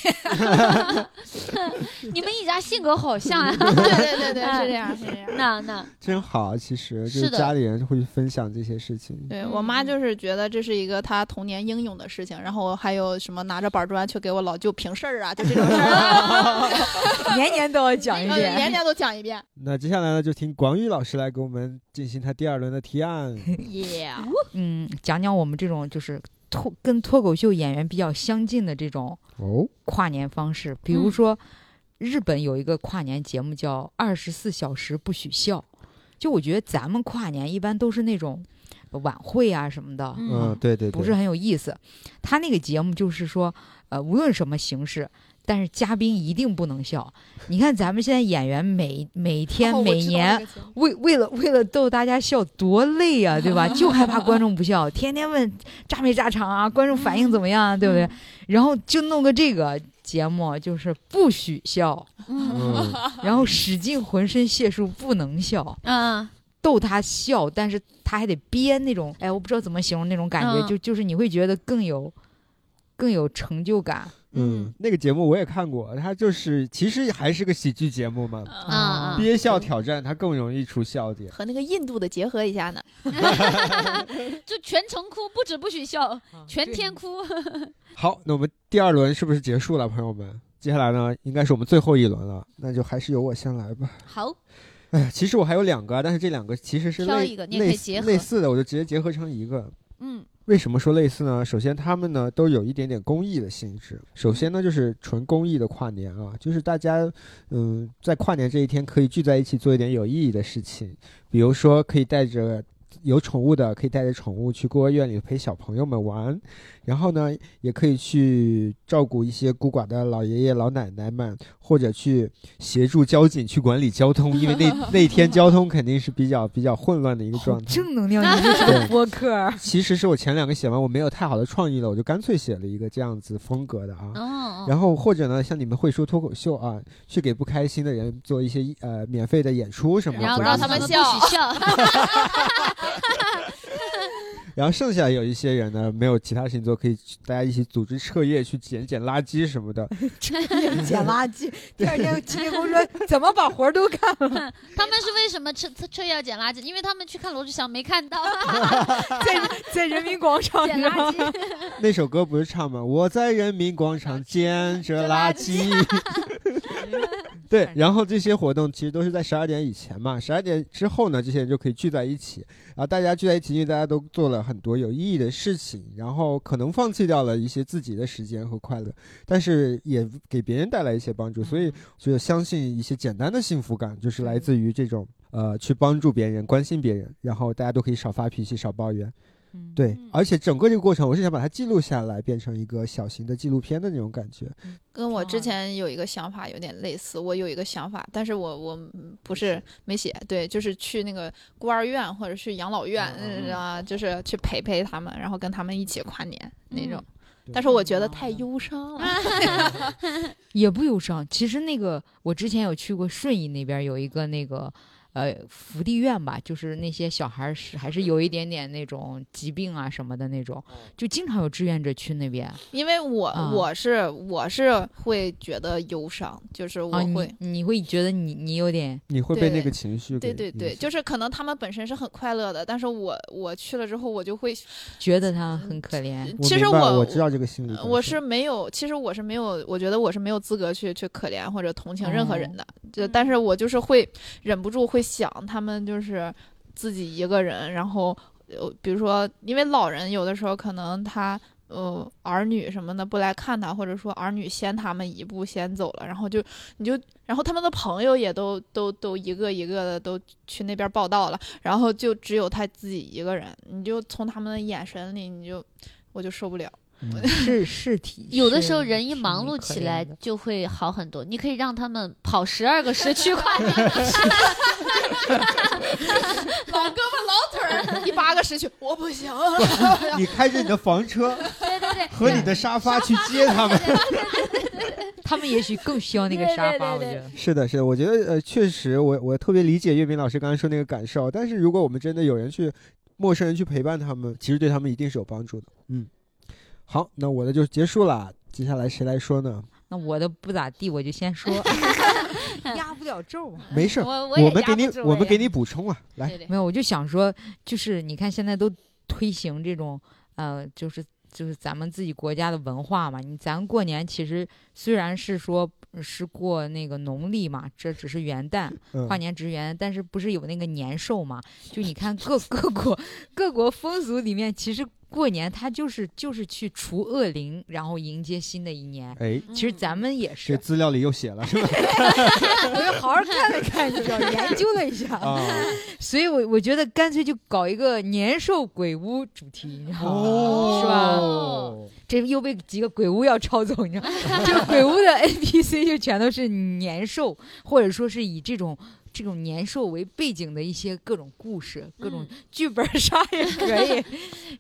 Speaker 4: 你们一家性格好像 啊，
Speaker 3: 对对对对，是这样是这样。
Speaker 4: 那那
Speaker 2: 真好，其实就是
Speaker 4: 的
Speaker 2: 家里人会分享这些事情。
Speaker 3: 对我妈就是觉得这是一个她童年英勇的事情，然后还有什么拿着板砖去给我老舅评事儿啊，就这 种事儿，
Speaker 5: 年年都要讲一
Speaker 3: 呃
Speaker 5: 遍。
Speaker 3: 年年都讲一遍。
Speaker 2: 那接下来呢，就听广宇老师来给我们进行他第二轮的提 案。
Speaker 4: 耶，
Speaker 5: 嗯，讲讲我们这种就是脱跟脱口秀演员比较相近的这种
Speaker 2: 哦，
Speaker 5: 跨年方式，比如
Speaker 4: 嗯
Speaker 5: 说、日本有一个跨年节目叫《二十四小时不许笑》，就我觉得咱们跨年一般都是那种晚会啊什么的，
Speaker 2: 嗯，
Speaker 4: 嗯，
Speaker 2: 对对对，
Speaker 5: 不是很有意思。他那个节目就是说，呃，无论什么形式。但是嘉宾一定不能笑。你看咱们现在演员每每天、
Speaker 3: 哦我
Speaker 5: 每
Speaker 3: 知道
Speaker 5: 年
Speaker 3: 那个节目
Speaker 5: 为为了为了逗大家笑多累呀、 对吧？就害怕观众不笑，天天问炸没炸场啊，观众反应怎么样啊，对不
Speaker 3: 嗯
Speaker 5: 对？然后就弄个这个节目，就是不许笑，
Speaker 2: 嗯，
Speaker 3: 啊
Speaker 5: 然后使尽浑身解数不能笑，
Speaker 4: 嗯，
Speaker 5: 逗他笑，但是他还得憋那种，哎，我不知道怎么形容那种感觉，
Speaker 4: 嗯
Speaker 5: 就就是你会觉得更有更有成就感。
Speaker 2: 嗯
Speaker 4: 嗯，
Speaker 2: 那个节目我也看过，它就是其实还是个喜剧节目嘛，
Speaker 4: 啊
Speaker 2: 憋笑挑战它更容易出笑点。
Speaker 3: 和那个印度的结合一下呢，
Speaker 4: 就全程哭，不止不许笑，全天哭，
Speaker 2: 好，那我们第二轮是不是结束了，朋友们？接下来呢，应该是我们最后一轮了，那就还是由我先来吧。
Speaker 4: 好，
Speaker 2: 哎呀，其实我还有两个，但是这两个其实是
Speaker 4: 挑
Speaker 2: 类
Speaker 4: 一个你也可以
Speaker 2: 类似
Speaker 4: 结合
Speaker 2: 类似的，我就直接结合成一个。
Speaker 4: 嗯
Speaker 2: 为什么说类似呢？首先，他们呢都有一点点公益的性质。首先呢，就是纯公益的跨年啊，就是大家嗯在跨年这一天可以聚在一起做一点有意义的事情，比如说可以带着。有宠物的可以带着宠物去孤儿院里陪小朋友们玩，然后呢，也可以去照顾一些孤寡的老爷爷老奶奶们，或者去协助交警去管理交通，因为那那一天交通肯定是比较比较混乱的一个
Speaker 5: 好
Speaker 2: 状态。
Speaker 5: 正能量，你就是个
Speaker 2: 对
Speaker 5: 播客儿。
Speaker 2: 其实是我前两个写完我没有太好的创意了，我就干脆写了一个这样子风格的啊。
Speaker 4: 哦，
Speaker 2: 然后或者呢，像你们会说脱口秀啊，去给不开心的人做一些呃免费的演出什么的，
Speaker 4: 然后
Speaker 2: 或者
Speaker 4: 告
Speaker 3: 让
Speaker 4: 诉
Speaker 2: 是
Speaker 3: 他们
Speaker 4: 不
Speaker 3: 笑
Speaker 4: 许笑，
Speaker 2: 然后剩下有一些人呢，没有其他事情做，可以去大家一起组织彻夜去捡捡垃圾什么的。
Speaker 5: 捡垃圾，第二天清洁工说 怎么把活儿都干了，
Speaker 4: 他们是为什么彻彻夜要捡垃圾？因为他们去看罗志祥没看到
Speaker 5: 在在人民 广场
Speaker 4: 捡
Speaker 5: 你知道吗
Speaker 4: 垃圾，
Speaker 2: 那首歌不是唱吗？我在人民广场捡着垃圾。 对，然后这些活动其实都是在十二点以前嘛，十二点之后呢，这些人就可以聚在一起，然后大家聚在一起，因为大家都做了很多有意义的事情，然后可能放弃掉了一些自己的时间和快乐，但是也给别人带来一些帮助，所以就相信一些简单的幸福感，就是来自于这种呃去帮助别人、关心别人，然后大家都可以少发脾气、少抱怨。
Speaker 5: 嗯，
Speaker 2: 对
Speaker 4: 嗯，
Speaker 2: 而且整个这个过程，我是想把它记录下来，变成一个小型的纪录片的那种感觉。
Speaker 3: 跟我
Speaker 5: 挺好
Speaker 3: 之
Speaker 5: 的
Speaker 3: 前有一个想法有点类似。我有一个想法，但是我我嗯不是没写，对，就是去那个孤儿院或者去养老院
Speaker 2: 嗯嗯嗯
Speaker 3: 啊，就是去陪陪他们，然后跟他们一起跨年那种。
Speaker 2: 对
Speaker 3: 但是我觉得太忧伤了。
Speaker 5: 也不忧伤。其实那个我之前有去过顺义那边有一个那个呃福利院吧，就是那些小孩儿是还是有一点点那种疾病啊什么的那种，就经常有志愿者去那边
Speaker 3: 因为我、
Speaker 5: 啊
Speaker 3: 我是我是会觉得忧伤，就是我
Speaker 5: 啊，
Speaker 3: 会、
Speaker 5: 你你会觉得你你有点
Speaker 2: 你会
Speaker 3: 对
Speaker 2: 被那个情绪
Speaker 3: 对
Speaker 2: 给
Speaker 3: 对对，
Speaker 2: 影响
Speaker 3: 就是可能他们本身是很快乐的，但是我我去了之后，我就会，
Speaker 5: 觉得他很可怜，
Speaker 2: 我
Speaker 3: 其实
Speaker 2: 明白我
Speaker 3: 我
Speaker 2: 知道这个心理感受，
Speaker 3: 我是没有，其实我是没有，我觉得我是没有资格去去可怜或者同情任何人的，就但是我就是会忍不住会想他们就是自己一个人，然后呃，比如说因为老人有的时候可能他。呃，儿女什么的不来看他，或者说儿女先他们一步先走了，然后就你就，然后他们的朋友也都都都一个一个的都去那边报道了，然后就只有他自己一个人，你就从他们的眼神里，你就我就受不了。
Speaker 2: 嗯
Speaker 5: 是是体。
Speaker 4: 有的
Speaker 5: 是
Speaker 4: 时候人一
Speaker 5: 是
Speaker 4: 忙
Speaker 5: 可
Speaker 4: 碌起
Speaker 5: 怜
Speaker 4: 来
Speaker 5: 的
Speaker 4: 就会好很多。你可以让他们跑十二个时区跨年，
Speaker 3: 老胳膊老腿 儿，第八个时区，我不行。
Speaker 2: 你开着你的房车
Speaker 4: 对对对，
Speaker 2: 和你的沙发去接他们，
Speaker 5: 他们也许更需要那个沙发，我
Speaker 4: 对对对
Speaker 5: 觉
Speaker 4: 对
Speaker 5: 得。
Speaker 2: 是的，是的，我觉得呃，确实我，我特别理解岳斌老师刚才说那个感受。但是如果我们真的有人去陌生人去陪伴他们，其实对他们一定是有帮助的。嗯，好，那我的就结束了。接下来谁来说呢？
Speaker 5: 那我的不咋地，我就先说，压不了轴嘛。
Speaker 2: 没事儿，
Speaker 4: 嗯我我
Speaker 2: 我
Speaker 4: 也
Speaker 2: 们
Speaker 4: 压
Speaker 2: 给
Speaker 4: 不
Speaker 2: 你
Speaker 4: 住
Speaker 2: 我们
Speaker 4: 也
Speaker 2: 给你补充啊。来，
Speaker 4: 对对
Speaker 5: 没有，我就想说，就是你看现在都推行这种，呃，就是就是咱们自己国家的文化嘛。你咱过年其实虽然是说是过那个农历嘛，这只是元旦，
Speaker 2: 嗯
Speaker 5: 跨，年职员，但是不是有那个年兽嘛？就你看各各国各国风俗里面，其实过年它就是就是去除恶灵，然后迎接新的一年。
Speaker 2: 哎，
Speaker 4: 嗯
Speaker 5: 其实咱们也
Speaker 2: 这
Speaker 5: 是，
Speaker 2: 资料里又写了是吧？
Speaker 5: 我就好好看了看，你知道，研究了一下，
Speaker 2: 啊，
Speaker 5: 所以我我觉得干脆就搞一个年兽鬼屋主题，你知道吗？
Speaker 2: 哦，
Speaker 5: 是吧
Speaker 4: 哦
Speaker 5: 这又被几个鬼屋要抄走，你知道，这鬼屋的 NPC 就全都是年兽，或者说是以这种这种年兽为背景的一些各种故事、各种剧本杀也可以。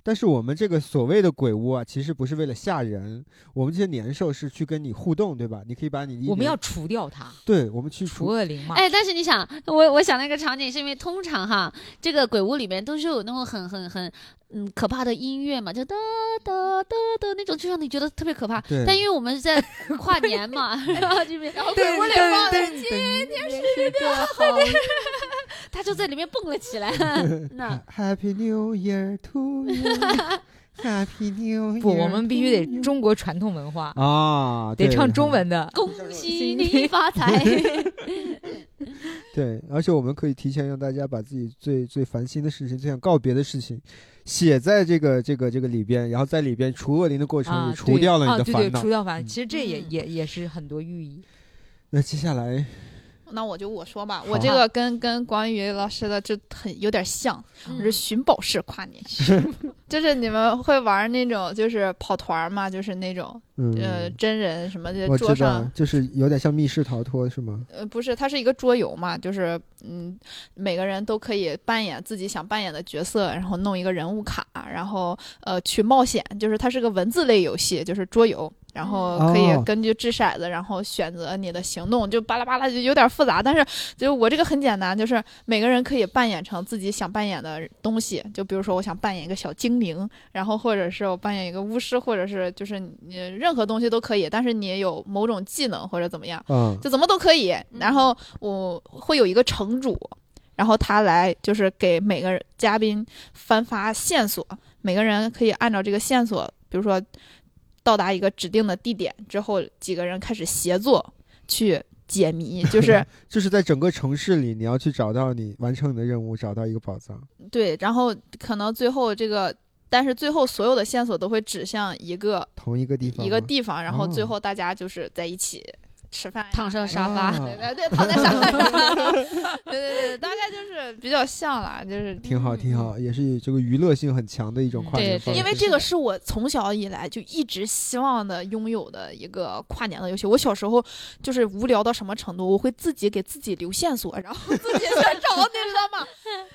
Speaker 2: 但是我们这个所谓的鬼屋啊，其实不是为了吓人，我们这些年兽是去跟你互动，对吧？你可以把你一
Speaker 5: 我们
Speaker 2: 年
Speaker 5: 要除掉它，
Speaker 2: 对，我们去
Speaker 5: 除
Speaker 2: 除
Speaker 5: 恶灵嘛。
Speaker 4: 哎，但是你想，我我想那个场景是因为通常哈，这个鬼屋里面都是有那种很很很嗯可怕的音乐嘛，就哒哒哒哒那种，就让你觉得特别可怕。
Speaker 2: 对
Speaker 4: 但因为我们是在跨年嘛， 然后这边，然后
Speaker 5: 对
Speaker 4: 鬼屋里
Speaker 5: 对
Speaker 4: 放的，
Speaker 5: 对对
Speaker 4: 是个好，他就在里面蹦了起来。 那
Speaker 2: Happy New Year to you，Happy New Year to you。
Speaker 5: 不，我们必须得中国传统文化，
Speaker 2: 啊，
Speaker 5: 得
Speaker 2: 对
Speaker 5: 唱中。文的。
Speaker 4: 恭喜你发财，
Speaker 2: 对，而且我们可以提前让大家把自己最最烦心的事情、最想告别的事情，写在这个这个这个里边，然后在里边除恶灵的过程
Speaker 5: 啊
Speaker 2: 也，除
Speaker 5: 对
Speaker 2: 掉了你
Speaker 5: 啊，
Speaker 2: 的
Speaker 5: 对对，
Speaker 2: 烦恼
Speaker 5: 除。掉烦恼。
Speaker 2: 嗯
Speaker 5: 其实这也
Speaker 4: 嗯
Speaker 5: 也也是很多寓意。
Speaker 2: 那接下来，
Speaker 3: 那我就我说吧，
Speaker 2: 好
Speaker 3: 我这个跟跟广宇老师的这很有点像，我
Speaker 5: 嗯
Speaker 3: 是寻嗯宝式跨 年，就是你们会玩那种就是跑团嘛，就是那种呃
Speaker 2: 嗯，
Speaker 3: 真人什么的
Speaker 2: 我
Speaker 3: 桌
Speaker 2: 知道
Speaker 3: 上，，
Speaker 2: 就是有点像密室逃脱是吗？
Speaker 3: 呃不是，它是一个桌游嘛，就是嗯每个人都可以扮演自己想扮演的角色，然后弄一个人物卡，然后呃去冒险，就是它是个文字类游戏，就是桌游。然后可以
Speaker 2: 哦
Speaker 3: 根据掷骰子，然后选择你的行动，就巴拉巴拉，就有点复杂。但是就我这个很简单，就是每个人可以扮演成自己想扮演的东西。就比如说，我想扮演一个小精灵，然后或者是我扮演一个巫师，或者是就是你呃任何东西都可以，但是你有某种技能或者怎么样，
Speaker 2: 啊，
Speaker 3: 就怎么都可以。然后我会有一个城主，然后他来就是给每个嘉宾颁发线索，每个人可以按照这个线索，比如说到达一个指定的地点之后，几个人开始协作去解谜， 就是
Speaker 2: 就是在整个城市里，你要去找到你完成你的任务，找到一个宝藏。
Speaker 3: 对，然后可能最后这个。但是最后所有的线索都会指向一个
Speaker 2: 同一个地方吗，
Speaker 3: 一个地方，然后最
Speaker 2: 哦
Speaker 3: 后大家就是在一起吃饭呀，
Speaker 4: 躺上沙
Speaker 5: 哦
Speaker 4: 发，
Speaker 2: 啊
Speaker 3: 对对对，躺在沙发 上，对对对，大概就是比较像啦，就是
Speaker 2: 挺好，挺好，
Speaker 3: 嗯
Speaker 2: 也是这个娱乐性很强的一种跨
Speaker 4: 对
Speaker 2: 年
Speaker 4: 对
Speaker 2: 方式。
Speaker 3: 因为这个是我从小以来就一直希望的拥有的一个跨年的游戏。我小时候就是无聊到什么程度，我会自己给自己留线索，然后自己去找，你知道 吗？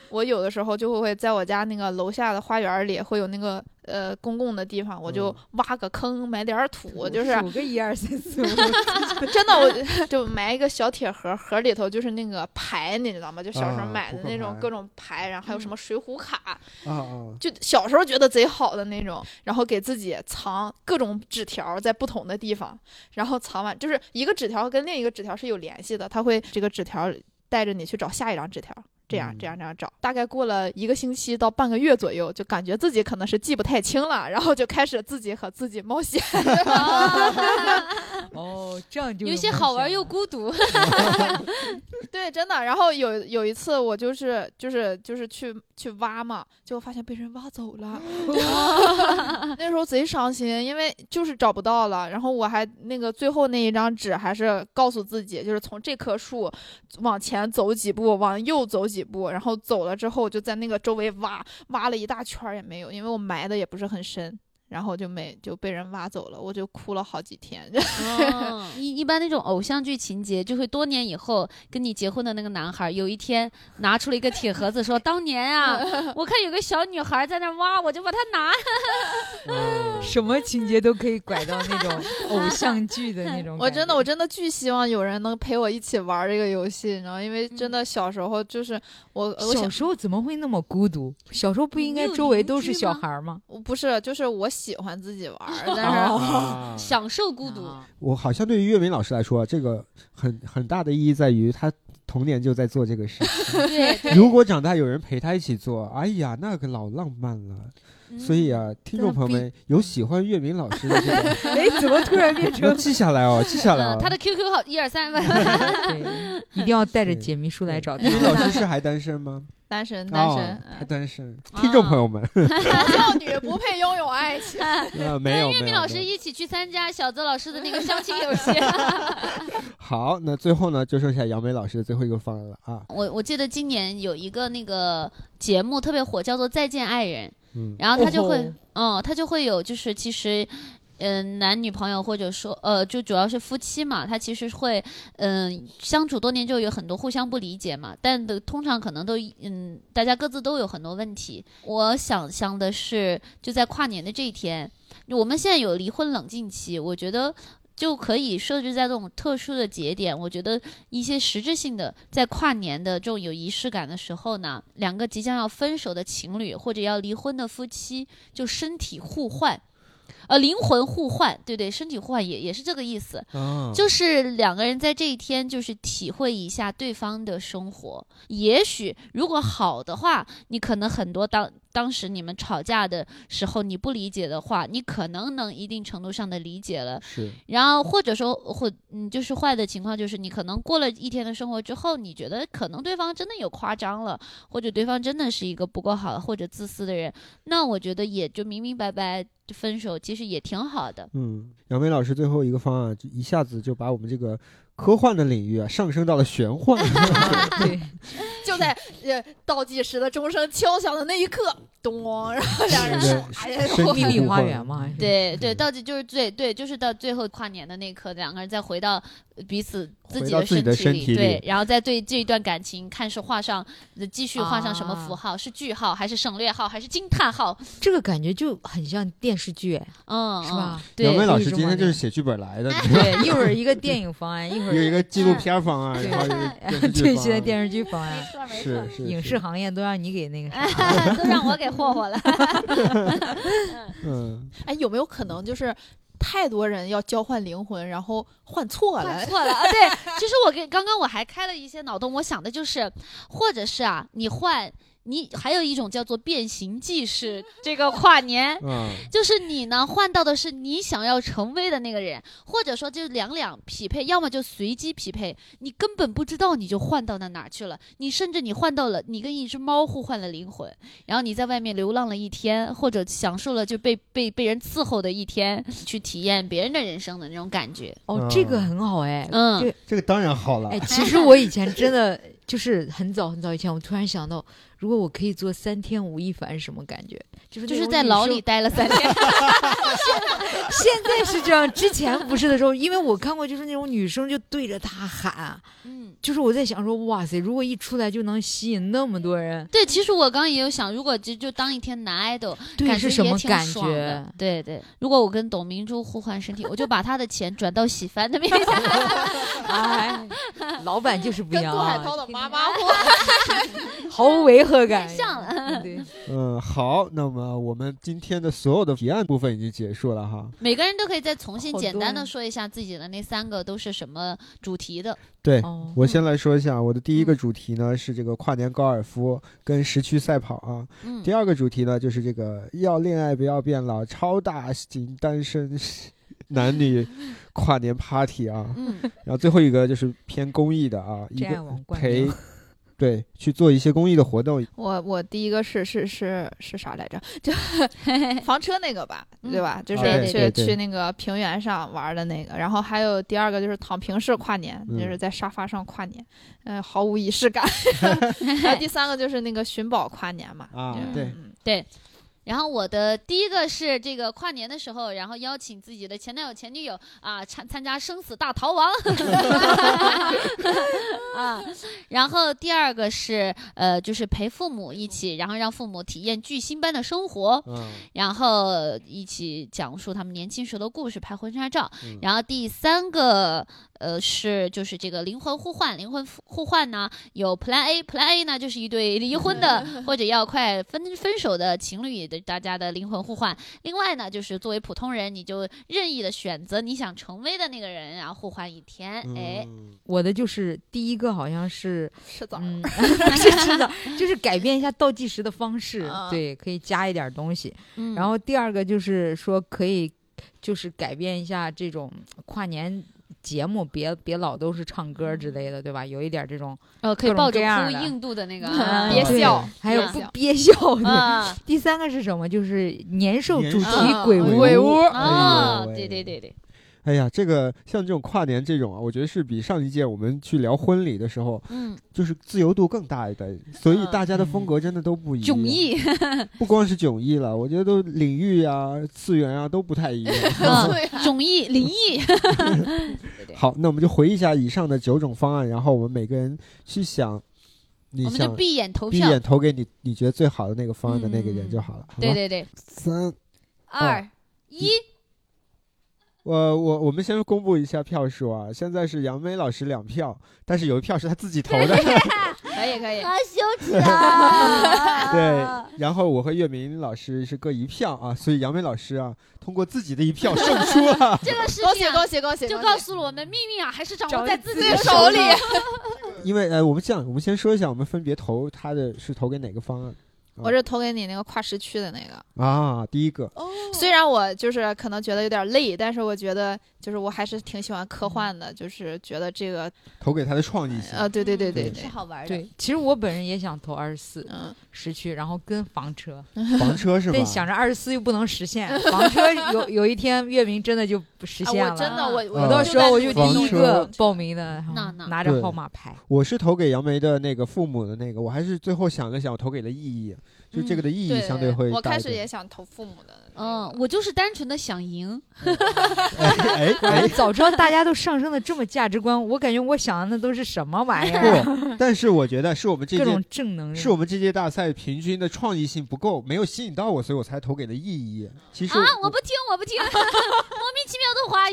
Speaker 3: 我有的时候就会在我家那个楼下的花园里会有那个呃公共的地方，我就挖个坑，买点儿嗯土，就是
Speaker 5: 数个一二三 四五，
Speaker 3: 真的，我就买一个小铁盒，盒里头就是那个牌，你知道吗？就小时候
Speaker 2: 啊
Speaker 3: 买的
Speaker 2: 扑克
Speaker 3: 那种
Speaker 2: 牌
Speaker 3: 各种牌，然后还有什么水浒卡，
Speaker 2: 啊 啊，
Speaker 3: 就小时候觉得贼好的那种。然后给自己藏各种纸条在不同的地方，然后藏完就是一个纸条跟另一个纸条是有联系的，它会这个纸条带着你去找下一张纸条。这样
Speaker 2: 嗯
Speaker 3: 这样这样找，大概过了一个星期到半个月左右，就感觉自己可能是记不太清了，然后就开始自己和自己冒险。
Speaker 5: 哦，这样就
Speaker 4: 有一些
Speaker 5: 梦
Speaker 4: 好玩
Speaker 5: 想
Speaker 4: 又
Speaker 5: 了
Speaker 4: 孤独。
Speaker 3: 对，真的。然后有有一次，我就是就是就是去去挖嘛，结果发现被人挖走了，那时候贼伤心，因为就是找不到了。然后我还那个最后那一张纸，还是告诉自己，就是从这棵树往前走几步，往右走几步，然后走了之后就在那个周围挖，挖了一大圈儿也没有，因为我埋的也不是很深。然后就没就被人挖走了，我就哭了好几天。
Speaker 4: 一一般那种偶像剧情节，就会多年以后跟你结婚的那个男孩，有一天拿出了一个铁盒子，说：“当年啊，我看有个小女孩在那挖，我就把她拿。
Speaker 2: 嗯
Speaker 5: 什么情节都可以拐到那 种偶像剧的那种。
Speaker 3: 我真的，我，真的巨希望有人能陪我一起玩这个游戏，你知道吗，因为真的小时候就是我，我
Speaker 5: 小
Speaker 3: 想
Speaker 5: 时候怎么会那么孤独？小时候不应该周围都是小孩儿吗？
Speaker 3: 我不是，就是我喜欢自己玩儿，但
Speaker 4: 哦
Speaker 3: 是
Speaker 2: 啊
Speaker 4: 享受孤独，
Speaker 5: 啊
Speaker 2: 我好像对于岳明老师来说，啊这个很很大的意义在于他童年就在做这 个事情。
Speaker 4: 对，
Speaker 2: 如果长大有人陪他一起做，哎呀，那个老浪漫了。
Speaker 3: 嗯
Speaker 4: 嗯
Speaker 2: 所以啊，听众朋友们有喜欢岳明老师的这 个，
Speaker 5: 哎，怎么突然变
Speaker 2: 要
Speaker 5: 成？
Speaker 2: 记下来哦，记下来
Speaker 4: 嗯，
Speaker 2: 哦。
Speaker 4: 他的 QQ 号一二三，
Speaker 5: 对，一定要带着解谜书来找他
Speaker 2: 岳。明老师是还单身吗？
Speaker 3: 单身单身
Speaker 2: 哦，还
Speaker 3: 嗯
Speaker 2: 单身。听众朋友们，
Speaker 3: 少女不配拥有爱情。
Speaker 2: 呃，没有
Speaker 4: 岳
Speaker 2: 没
Speaker 4: 明
Speaker 2: 有
Speaker 4: 老。师
Speaker 2: 没有
Speaker 4: 一起去参加小泽老师的那个相亲游戏。
Speaker 2: 好，那最后呢，就剩下杨梅老师的最后一个方案了啊。
Speaker 4: 我我记得今年有一个那个节目特别火，叫做《再见爱人》，
Speaker 2: 嗯，
Speaker 4: 然后他就会，嗯，他就会有就是其实。嗯，男女朋友或者说呃，就主要是夫妻嘛，他其实会嗯、相处多年就有很多互相不理解嘛，但的通常可能都嗯大家各自都有很多问题。我想象的是就在跨年的这一天，我们现在有离婚冷静期，我觉得就可以设置在这种特殊的节点。我觉得一些实质性的，在跨年的这种有仪式感的时候呢，两个即将要分手的情侣或者要离婚的夫妻，就身体互换，呃，灵魂互换，对对，身体互换也也是这个意思。
Speaker 2: 啊，
Speaker 4: 就是两个人在这一天，就是体会一下对方的生活。也许如果好的话，你可能很多当当时你们吵架的时候你不理解的话，你可能能一定程度上的理解了。
Speaker 2: 是
Speaker 4: 然后或者说或嗯，就是坏的情况就是你可能过了一天的生活之后，你觉得可能对方真的有夸张了，或者对方真的是一个不够好或者自私的人，那我觉得也就明明白白分手，其实也挺好的。
Speaker 2: 嗯，杨梅老师最后一个方案，就一下子就把我们这个科幻的领域啊上升到了玄幻。
Speaker 5: 对，
Speaker 3: 就在呃倒计时的钟声敲响的那一刻，咚，然后两人
Speaker 2: 是
Speaker 3: 哎呀
Speaker 2: 身
Speaker 5: 秘
Speaker 2: 体
Speaker 5: 密
Speaker 2: 互
Speaker 5: 花
Speaker 2: 换
Speaker 5: 园嘛，
Speaker 4: 对
Speaker 2: 是
Speaker 4: 对，到底就是最对，就是到最后跨年的那一刻，两个人再回到彼此自
Speaker 2: 回
Speaker 4: 己
Speaker 2: 到
Speaker 4: 的
Speaker 2: 自己
Speaker 4: 身
Speaker 2: 的身体里
Speaker 4: 对，然后再对这一段感情看是画上呃继续画上什么符
Speaker 5: 啊
Speaker 4: 号，是句号还是省略号还是惊叹号？
Speaker 5: 这个感觉就很像电视 剧，哎
Speaker 4: 嗯，
Speaker 5: 是
Speaker 4: 嗯
Speaker 5: 吧？？
Speaker 2: 杨梅
Speaker 4: 对，
Speaker 2: 老
Speaker 5: 有一
Speaker 2: 师
Speaker 5: 种
Speaker 2: 今天
Speaker 5: 画
Speaker 2: 就是
Speaker 5: 面
Speaker 2: 写剧本来的，
Speaker 5: 对，一会儿一个电影方案，一会
Speaker 2: 有一
Speaker 5: 儿
Speaker 2: 个纪录片方案，然后有一个电视 剧
Speaker 5: 对
Speaker 2: 方
Speaker 5: 现在
Speaker 2: 案
Speaker 5: 电视剧方案，
Speaker 4: 错没
Speaker 2: 是是
Speaker 5: 影
Speaker 2: 是
Speaker 5: 视行业都让你给那个啥。
Speaker 4: 都让我给霍霍了。
Speaker 2: 嗯，
Speaker 3: 哎，有没有可能就是太多人要交换灵魂，然后换错了
Speaker 4: 换？错了啊！对，其实我跟刚刚我还开了一些脑洞，我想的就是，或者是啊，你换你还有一种叫做变形记式，这个跨年
Speaker 2: 啊，
Speaker 4: 就是你呢换到的是你想要成为的那个人，或者说就是两两匹配，要么就随机匹配，你根本不知道你就换到那哪儿去了，你甚至你换到了你跟一只猫互换了灵魂，然后你在外面流浪了一天，或者享受了就被被被人伺候的一天，去体验别人的人生的那种感觉，
Speaker 5: 哦
Speaker 2: 嗯，
Speaker 5: 这个很好哎。
Speaker 4: 嗯。
Speaker 2: 这个当然好了
Speaker 5: 哎，， 其实我以前真的就是很早很早以前，我突然想到，如果我可以做三天吴亦凡，是什么感觉？就是
Speaker 4: 就
Speaker 5: 那
Speaker 4: 是
Speaker 5: 种
Speaker 4: 在
Speaker 5: 你
Speaker 4: 牢
Speaker 5: 说
Speaker 4: 里待了三天，
Speaker 5: 现在是这样，之前不是的时候，因为我看过，就是那种女生就对着他喊，
Speaker 4: 嗯，
Speaker 5: 就是我在想说，哇塞，如果一出来就能吸引那么多人，
Speaker 4: 对，其实我刚刚也有想，如果就就当一天男 idol，
Speaker 5: 对，
Speaker 4: 感
Speaker 5: 是
Speaker 4: 觉
Speaker 5: 什
Speaker 4: 也
Speaker 5: 么
Speaker 4: 挺
Speaker 5: 感
Speaker 4: 爽的
Speaker 5: 觉？
Speaker 4: 对对，如果我跟董明珠互换身体，我就把她的钱转到喜凡的名下。
Speaker 5: 哎，老板就是不一
Speaker 3: 跟
Speaker 5: 样
Speaker 3: 杜海
Speaker 5: 啊，
Speaker 3: 涛的妈妈
Speaker 5: 毫无违和感，
Speaker 4: 像了
Speaker 5: 对，
Speaker 2: 嗯，好，那么我们今天的所有的提案部分已经结束了哈。
Speaker 4: 每个人都可以再重新
Speaker 5: 好
Speaker 4: 简
Speaker 5: 多
Speaker 4: 单的
Speaker 5: 人
Speaker 4: 说一下自己的那三个都是什么主题的。
Speaker 2: 对，
Speaker 5: 哦，
Speaker 2: 我先来说一下我的第一个主题呢是这个跨年高尔夫跟时区赛跑啊，
Speaker 4: 嗯，
Speaker 2: 第二个主题呢就是这个要恋爱不要变老，超大型单身 男女跨年 party 啊，
Speaker 4: 嗯，
Speaker 2: 然后最后一个就是偏公益的啊，一
Speaker 5: 真爱
Speaker 2: 个
Speaker 5: 网冠
Speaker 2: 陪
Speaker 5: 名，
Speaker 2: 对去做一些公益的活动，
Speaker 3: 我我第一个是是是是啥来着？就房车那个吧，
Speaker 4: 嗯
Speaker 3: 对吧？就是
Speaker 2: 啊对
Speaker 3: 去
Speaker 2: 对对
Speaker 3: 去那个平原上玩的那个。然后还有第二个就是躺平式跨年，
Speaker 2: 嗯
Speaker 3: 就是在沙发上跨年，嗯、毫无仪式感。然后第三个就是那个寻宝跨年嘛。
Speaker 2: 啊
Speaker 3: 嗯
Speaker 2: 对
Speaker 3: 嗯
Speaker 4: 然后我的第一个是这个跨年的时候，然后邀请自己的前男友、前女友啊参参加生死大逃亡，啊 啊。然后第二个是呃，就是陪父母一起，然后让父母体验巨星般的生活，
Speaker 2: 嗯
Speaker 4: 然后一起讲述他们年轻时的故事，拍婚纱照。
Speaker 2: 嗯
Speaker 4: 然后第三个呃是就是这个灵魂互换，灵魂互互换呢有 Plan A，Plan A 呢就是一对离婚的或者要快分分手的情侣的大家的灵魂互换。另外呢就是作为普通人，你就任意的选择你想成为的那个人，然后互换一天。哎，
Speaker 2: 嗯
Speaker 5: 我的就是第一个好像是，
Speaker 3: 吃枣儿，
Speaker 5: 嗯，是真的，
Speaker 3: 嗯
Speaker 5: 就是改变一下倒计时的方式
Speaker 3: 啊，
Speaker 5: 对，可以加一点东西。
Speaker 4: 嗯
Speaker 5: 然后第二个就是说可以，就是改变一下这种跨年节目，别别老都是唱歌
Speaker 3: 嗯
Speaker 5: 之类的，对吧？有一点这种，
Speaker 4: 呃可以
Speaker 5: 各种
Speaker 4: 抱着
Speaker 5: 各样
Speaker 4: 哭
Speaker 5: 的
Speaker 4: 印度的那个
Speaker 3: 嗯
Speaker 4: 啊
Speaker 3: 别
Speaker 5: 对
Speaker 3: 笑
Speaker 5: 还有
Speaker 4: 别
Speaker 5: 不
Speaker 3: 笑嗯
Speaker 5: 憋笑。对
Speaker 4: 啊。
Speaker 5: 第三个是什么？就是年兽
Speaker 2: 年
Speaker 5: 主
Speaker 2: 兽
Speaker 5: 题
Speaker 3: 啊
Speaker 5: 鬼
Speaker 3: 鬼
Speaker 5: 屋
Speaker 3: 屋。
Speaker 2: 哎
Speaker 4: 啊，
Speaker 2: 呦喂
Speaker 4: 对对对对，
Speaker 2: 哎呀，这个像这种跨年这种啊，我觉得是比上一届我们去聊婚礼的时候，
Speaker 4: 嗯，
Speaker 2: 就是自由度更大一点，所以
Speaker 3: 嗯
Speaker 2: 大家的风格真的都不一样。
Speaker 4: 迥，异，
Speaker 2: 不光是迥异了，我觉得都领域啊、次元啊都不太一 样。
Speaker 4: 啊
Speaker 3: 对啊
Speaker 4: 迥异，灵异，
Speaker 2: 好，那我们就回忆一下以上的九种方案，然后我们每个人去想，你
Speaker 4: 我们就
Speaker 2: 想
Speaker 4: 闭眼投
Speaker 2: 闭
Speaker 4: 票，
Speaker 2: 眼投给你你觉得最好的那个方案的那个人就好了，好
Speaker 4: 嗯对
Speaker 2: 吧？
Speaker 4: 对对，
Speaker 2: 三，
Speaker 4: 二一，
Speaker 2: 我我我们先公布一下票数啊，现在是杨梅老师两票，但是有一票是他自己投 的，
Speaker 4: 可以可以，
Speaker 6: 好羞耻 啊！
Speaker 2: 对，然后我和岳明老师是各一票啊，所以杨梅老师啊，通过自己的一票胜出了。
Speaker 4: 这个事
Speaker 3: 恭喜
Speaker 4: 情啊
Speaker 3: 恭喜恭喜！
Speaker 4: 就告诉了我们，命运啊还是掌
Speaker 5: 掌
Speaker 4: 握
Speaker 5: 握
Speaker 4: 在
Speaker 5: 在
Speaker 4: 自
Speaker 3: 自
Speaker 4: 己
Speaker 3: 己
Speaker 4: 的
Speaker 3: 手里
Speaker 4: 里。
Speaker 2: 嗯因为呃，我们这样，我们先说一下，我们分别投他的是投给哪个方案
Speaker 3: 我是投给你那个跨时区的那个。
Speaker 2: 啊？第一个，
Speaker 3: 虽然我就是可能觉得有点累，但是我觉得就是我还是挺喜欢科幻的，就是觉得这个
Speaker 2: 投给他的创意性，
Speaker 3: 呃，对对对对
Speaker 4: 是
Speaker 3: 对，
Speaker 4: 好玩的。
Speaker 5: 对，其实我本人也想投二十四
Speaker 3: 嗯，
Speaker 5: 时区，然后跟房车，
Speaker 2: 房车是吧
Speaker 5: 但？想着二十四又不能实现，房车有有一天月明真的就不实
Speaker 3: 啊，
Speaker 5: 现了。
Speaker 3: 我真的
Speaker 4: 啊
Speaker 3: 我
Speaker 2: 啊
Speaker 3: 我
Speaker 5: 到
Speaker 2: 到
Speaker 5: 时候我就
Speaker 2: 房
Speaker 5: 第一
Speaker 2: 车
Speaker 5: 个报名的，然后
Speaker 4: 那那
Speaker 5: 拿着
Speaker 2: 对
Speaker 5: 号码牌。
Speaker 2: 我是投给杨梅的那个父母的那个，我还是最后想了想，我投给了意义，就这个的意义
Speaker 3: 对
Speaker 2: 相嗯对会
Speaker 3: 我
Speaker 2: 大
Speaker 3: 开
Speaker 2: 一
Speaker 3: 始也
Speaker 2: 点。
Speaker 3: 想投父母的，
Speaker 4: 嗯，，我就是单纯的想赢，
Speaker 2: 哎哎
Speaker 5: 哎， 早知道大家都上升的这么价值观，我感觉我想的那都是什么玩意儿，
Speaker 2: 哎，不，但是我觉得是我们这
Speaker 5: 各种
Speaker 2: 届
Speaker 5: 正能量。
Speaker 2: 是我们这届大赛平均的创意性不够，没有吸引到我，所以我才投给了意义。其实
Speaker 4: 啊，我不听，我不听，莫名其妙的华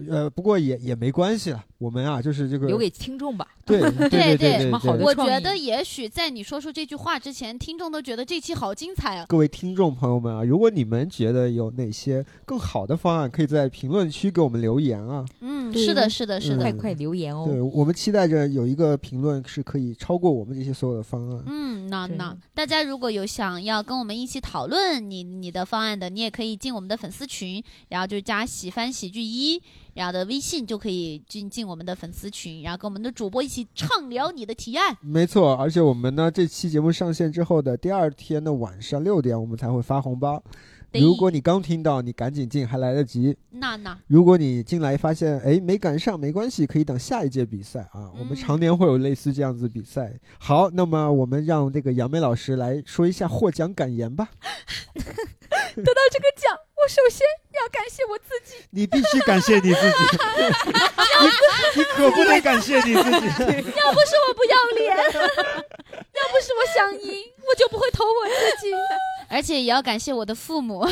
Speaker 4: 语。
Speaker 2: 呃，不过也也没关系了，我们啊，就是这个
Speaker 5: 留给听众吧。
Speaker 2: 对 对对
Speaker 4: 对
Speaker 5: 什
Speaker 2: 对
Speaker 5: 么好的
Speaker 4: 我
Speaker 5: 创
Speaker 4: 觉
Speaker 5: 意
Speaker 4: 得也许在你说出这句话之前，听众都觉得这期好精彩啊。
Speaker 2: 各位听众朋友们啊，如果你们觉得有哪些更好的方案，可以在评论区给我们留言啊。
Speaker 4: 嗯，
Speaker 5: 对
Speaker 4: 是的，是的，是的
Speaker 5: 快。快留言哦！
Speaker 2: 对 我们期待着有一个评论是可以超过我们这些所有的方案。
Speaker 4: 嗯，那
Speaker 5: 对
Speaker 4: 那大家如果有想要跟我们一起讨论你你的方案的，你也可以进我们的粉丝群，然后就加喜番喜剧一，然后的微信就可以进进我们的粉丝群，然后跟我们的主播一起畅聊你的提案。
Speaker 2: 没错，而且我们呢，这期节目上线之后的第二天的晚上六点，我们才会发红包。
Speaker 4: 对
Speaker 2: 如果你刚听到，你赶紧进，还来得及。
Speaker 4: 那那
Speaker 2: 如果你进来发现哎没赶上，没关系，可以等下一届比赛啊。我们
Speaker 4: 嗯
Speaker 2: 常年会有类似这样子比赛。好，那么我们让这个杨梅老师来说一下获奖感言 吧。
Speaker 5: 得到这个奖，我首先要感谢我自己。
Speaker 2: 你必须感谢你自 己，你你可不能感谢你自己。
Speaker 5: 要不是我不要脸， 要不是我想赢，我就不会投我自己。
Speaker 4: 而且也要感谢我的父母，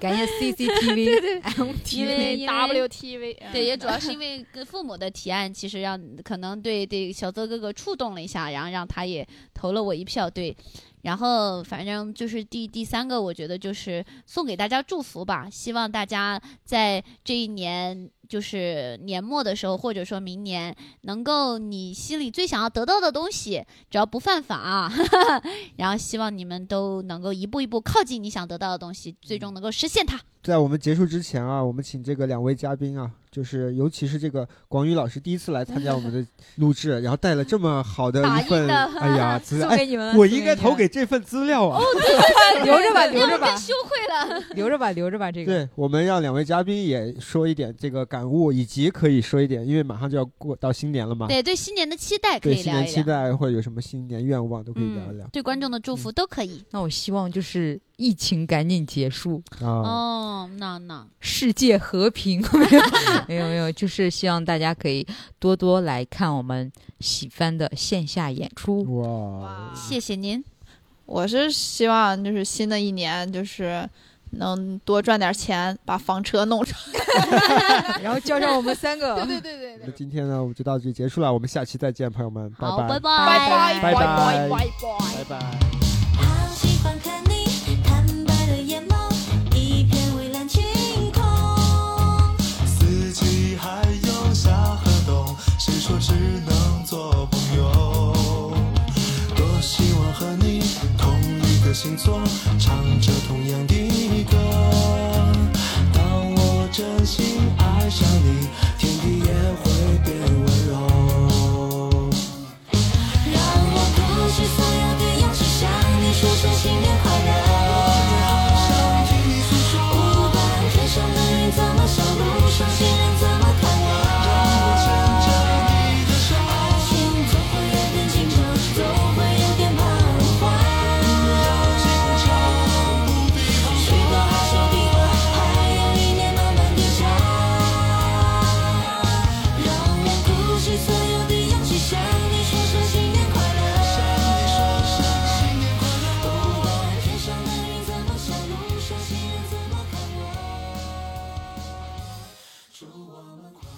Speaker 5: 感 谢 CCTV、
Speaker 4: 因为
Speaker 5: MTV。
Speaker 4: 因为
Speaker 3: WTV，
Speaker 4: 对，也主要是因为跟父母的提案，其实让可能对对小泽哥哥触动了一下，然后让他也投了我一票，对。然后反正就是第第三个，我觉得就是送给大家祝福吧，希望大家在这一年就是年末的时候，或者说明年，能够你心里最想要得到的东西，只要不犯法、啊， 然后希望你们都能够一步一步靠近你想得到的东西，最
Speaker 5: 嗯
Speaker 4: 终能够实现它。
Speaker 2: 在我们结束之前啊，我们请这个两位嘉宾啊，就是尤其是这个广宇老师第一次来参加我们的录制，然后带了这么好的一份，
Speaker 4: 打印的
Speaker 2: 哎呀，资料，
Speaker 5: 送
Speaker 2: 哎，
Speaker 5: 给你们了，
Speaker 2: 我
Speaker 5: 送
Speaker 2: 应该
Speaker 5: 你们
Speaker 2: 投给这份资料
Speaker 4: 哦
Speaker 2: 啊。
Speaker 5: 留着 吧，留着吧，
Speaker 4: 羞愧了，
Speaker 5: 留着吧，留着吧。这个
Speaker 2: 对我们让两位嘉宾也说一点这个感悟，以及可以说一点，因为马上就要过到新年了嘛，
Speaker 4: 对对新年的期待可
Speaker 2: 啊对
Speaker 4: 以
Speaker 2: 新
Speaker 4: 聊嗯
Speaker 2: 年
Speaker 4: 一
Speaker 2: 期
Speaker 4: 聊，
Speaker 2: 待或者有什么新年愿望都可以聊一聊嗯
Speaker 4: 嗯。，对观众的祝福都可以。
Speaker 5: 那我希望就是疫情赶紧结束，
Speaker 2: 啊，
Speaker 4: 哦，那那
Speaker 5: 世界 和平。没有没有，就是希望大家可以多多来看我们喜番的线下演 出。
Speaker 2: 哇，
Speaker 4: 谢谢您，
Speaker 3: 我是希望就是新的一年就是能多赚点钱，把房车弄上。
Speaker 5: 然后叫上我们三个
Speaker 3: 对对对
Speaker 2: 那今天呢，我们就到这里结束了，我们下期再见，朋友们，拜
Speaker 4: 好，拜
Speaker 2: 拜，
Speaker 3: 拜
Speaker 4: 拜。
Speaker 3: 拜
Speaker 2: 拜拜
Speaker 3: 拜拜拜拜。
Speaker 2: 拜拜。
Speaker 6: 好喜欢看你坦白的眼眸，一片蔚蓝晴空。
Speaker 7: 四季还有夏和冬，谁说只能做朋友？多希望和你同一个星座，唱着同样的歌。当我真心爱上你，天地也会变温柔。
Speaker 6: 让我不是所有的样式，向你说声新年快乐。无关天上的云怎么笑，路上行人怎么看我。爱情总会有点紧张，总会有点彷徨。许多好笑的话，还有一年慢慢的讲。让我鼓起所有的勇气，向你说声新年快乐。不管天上的云怎么笑，路上行人怎么看我。祝我们快乐。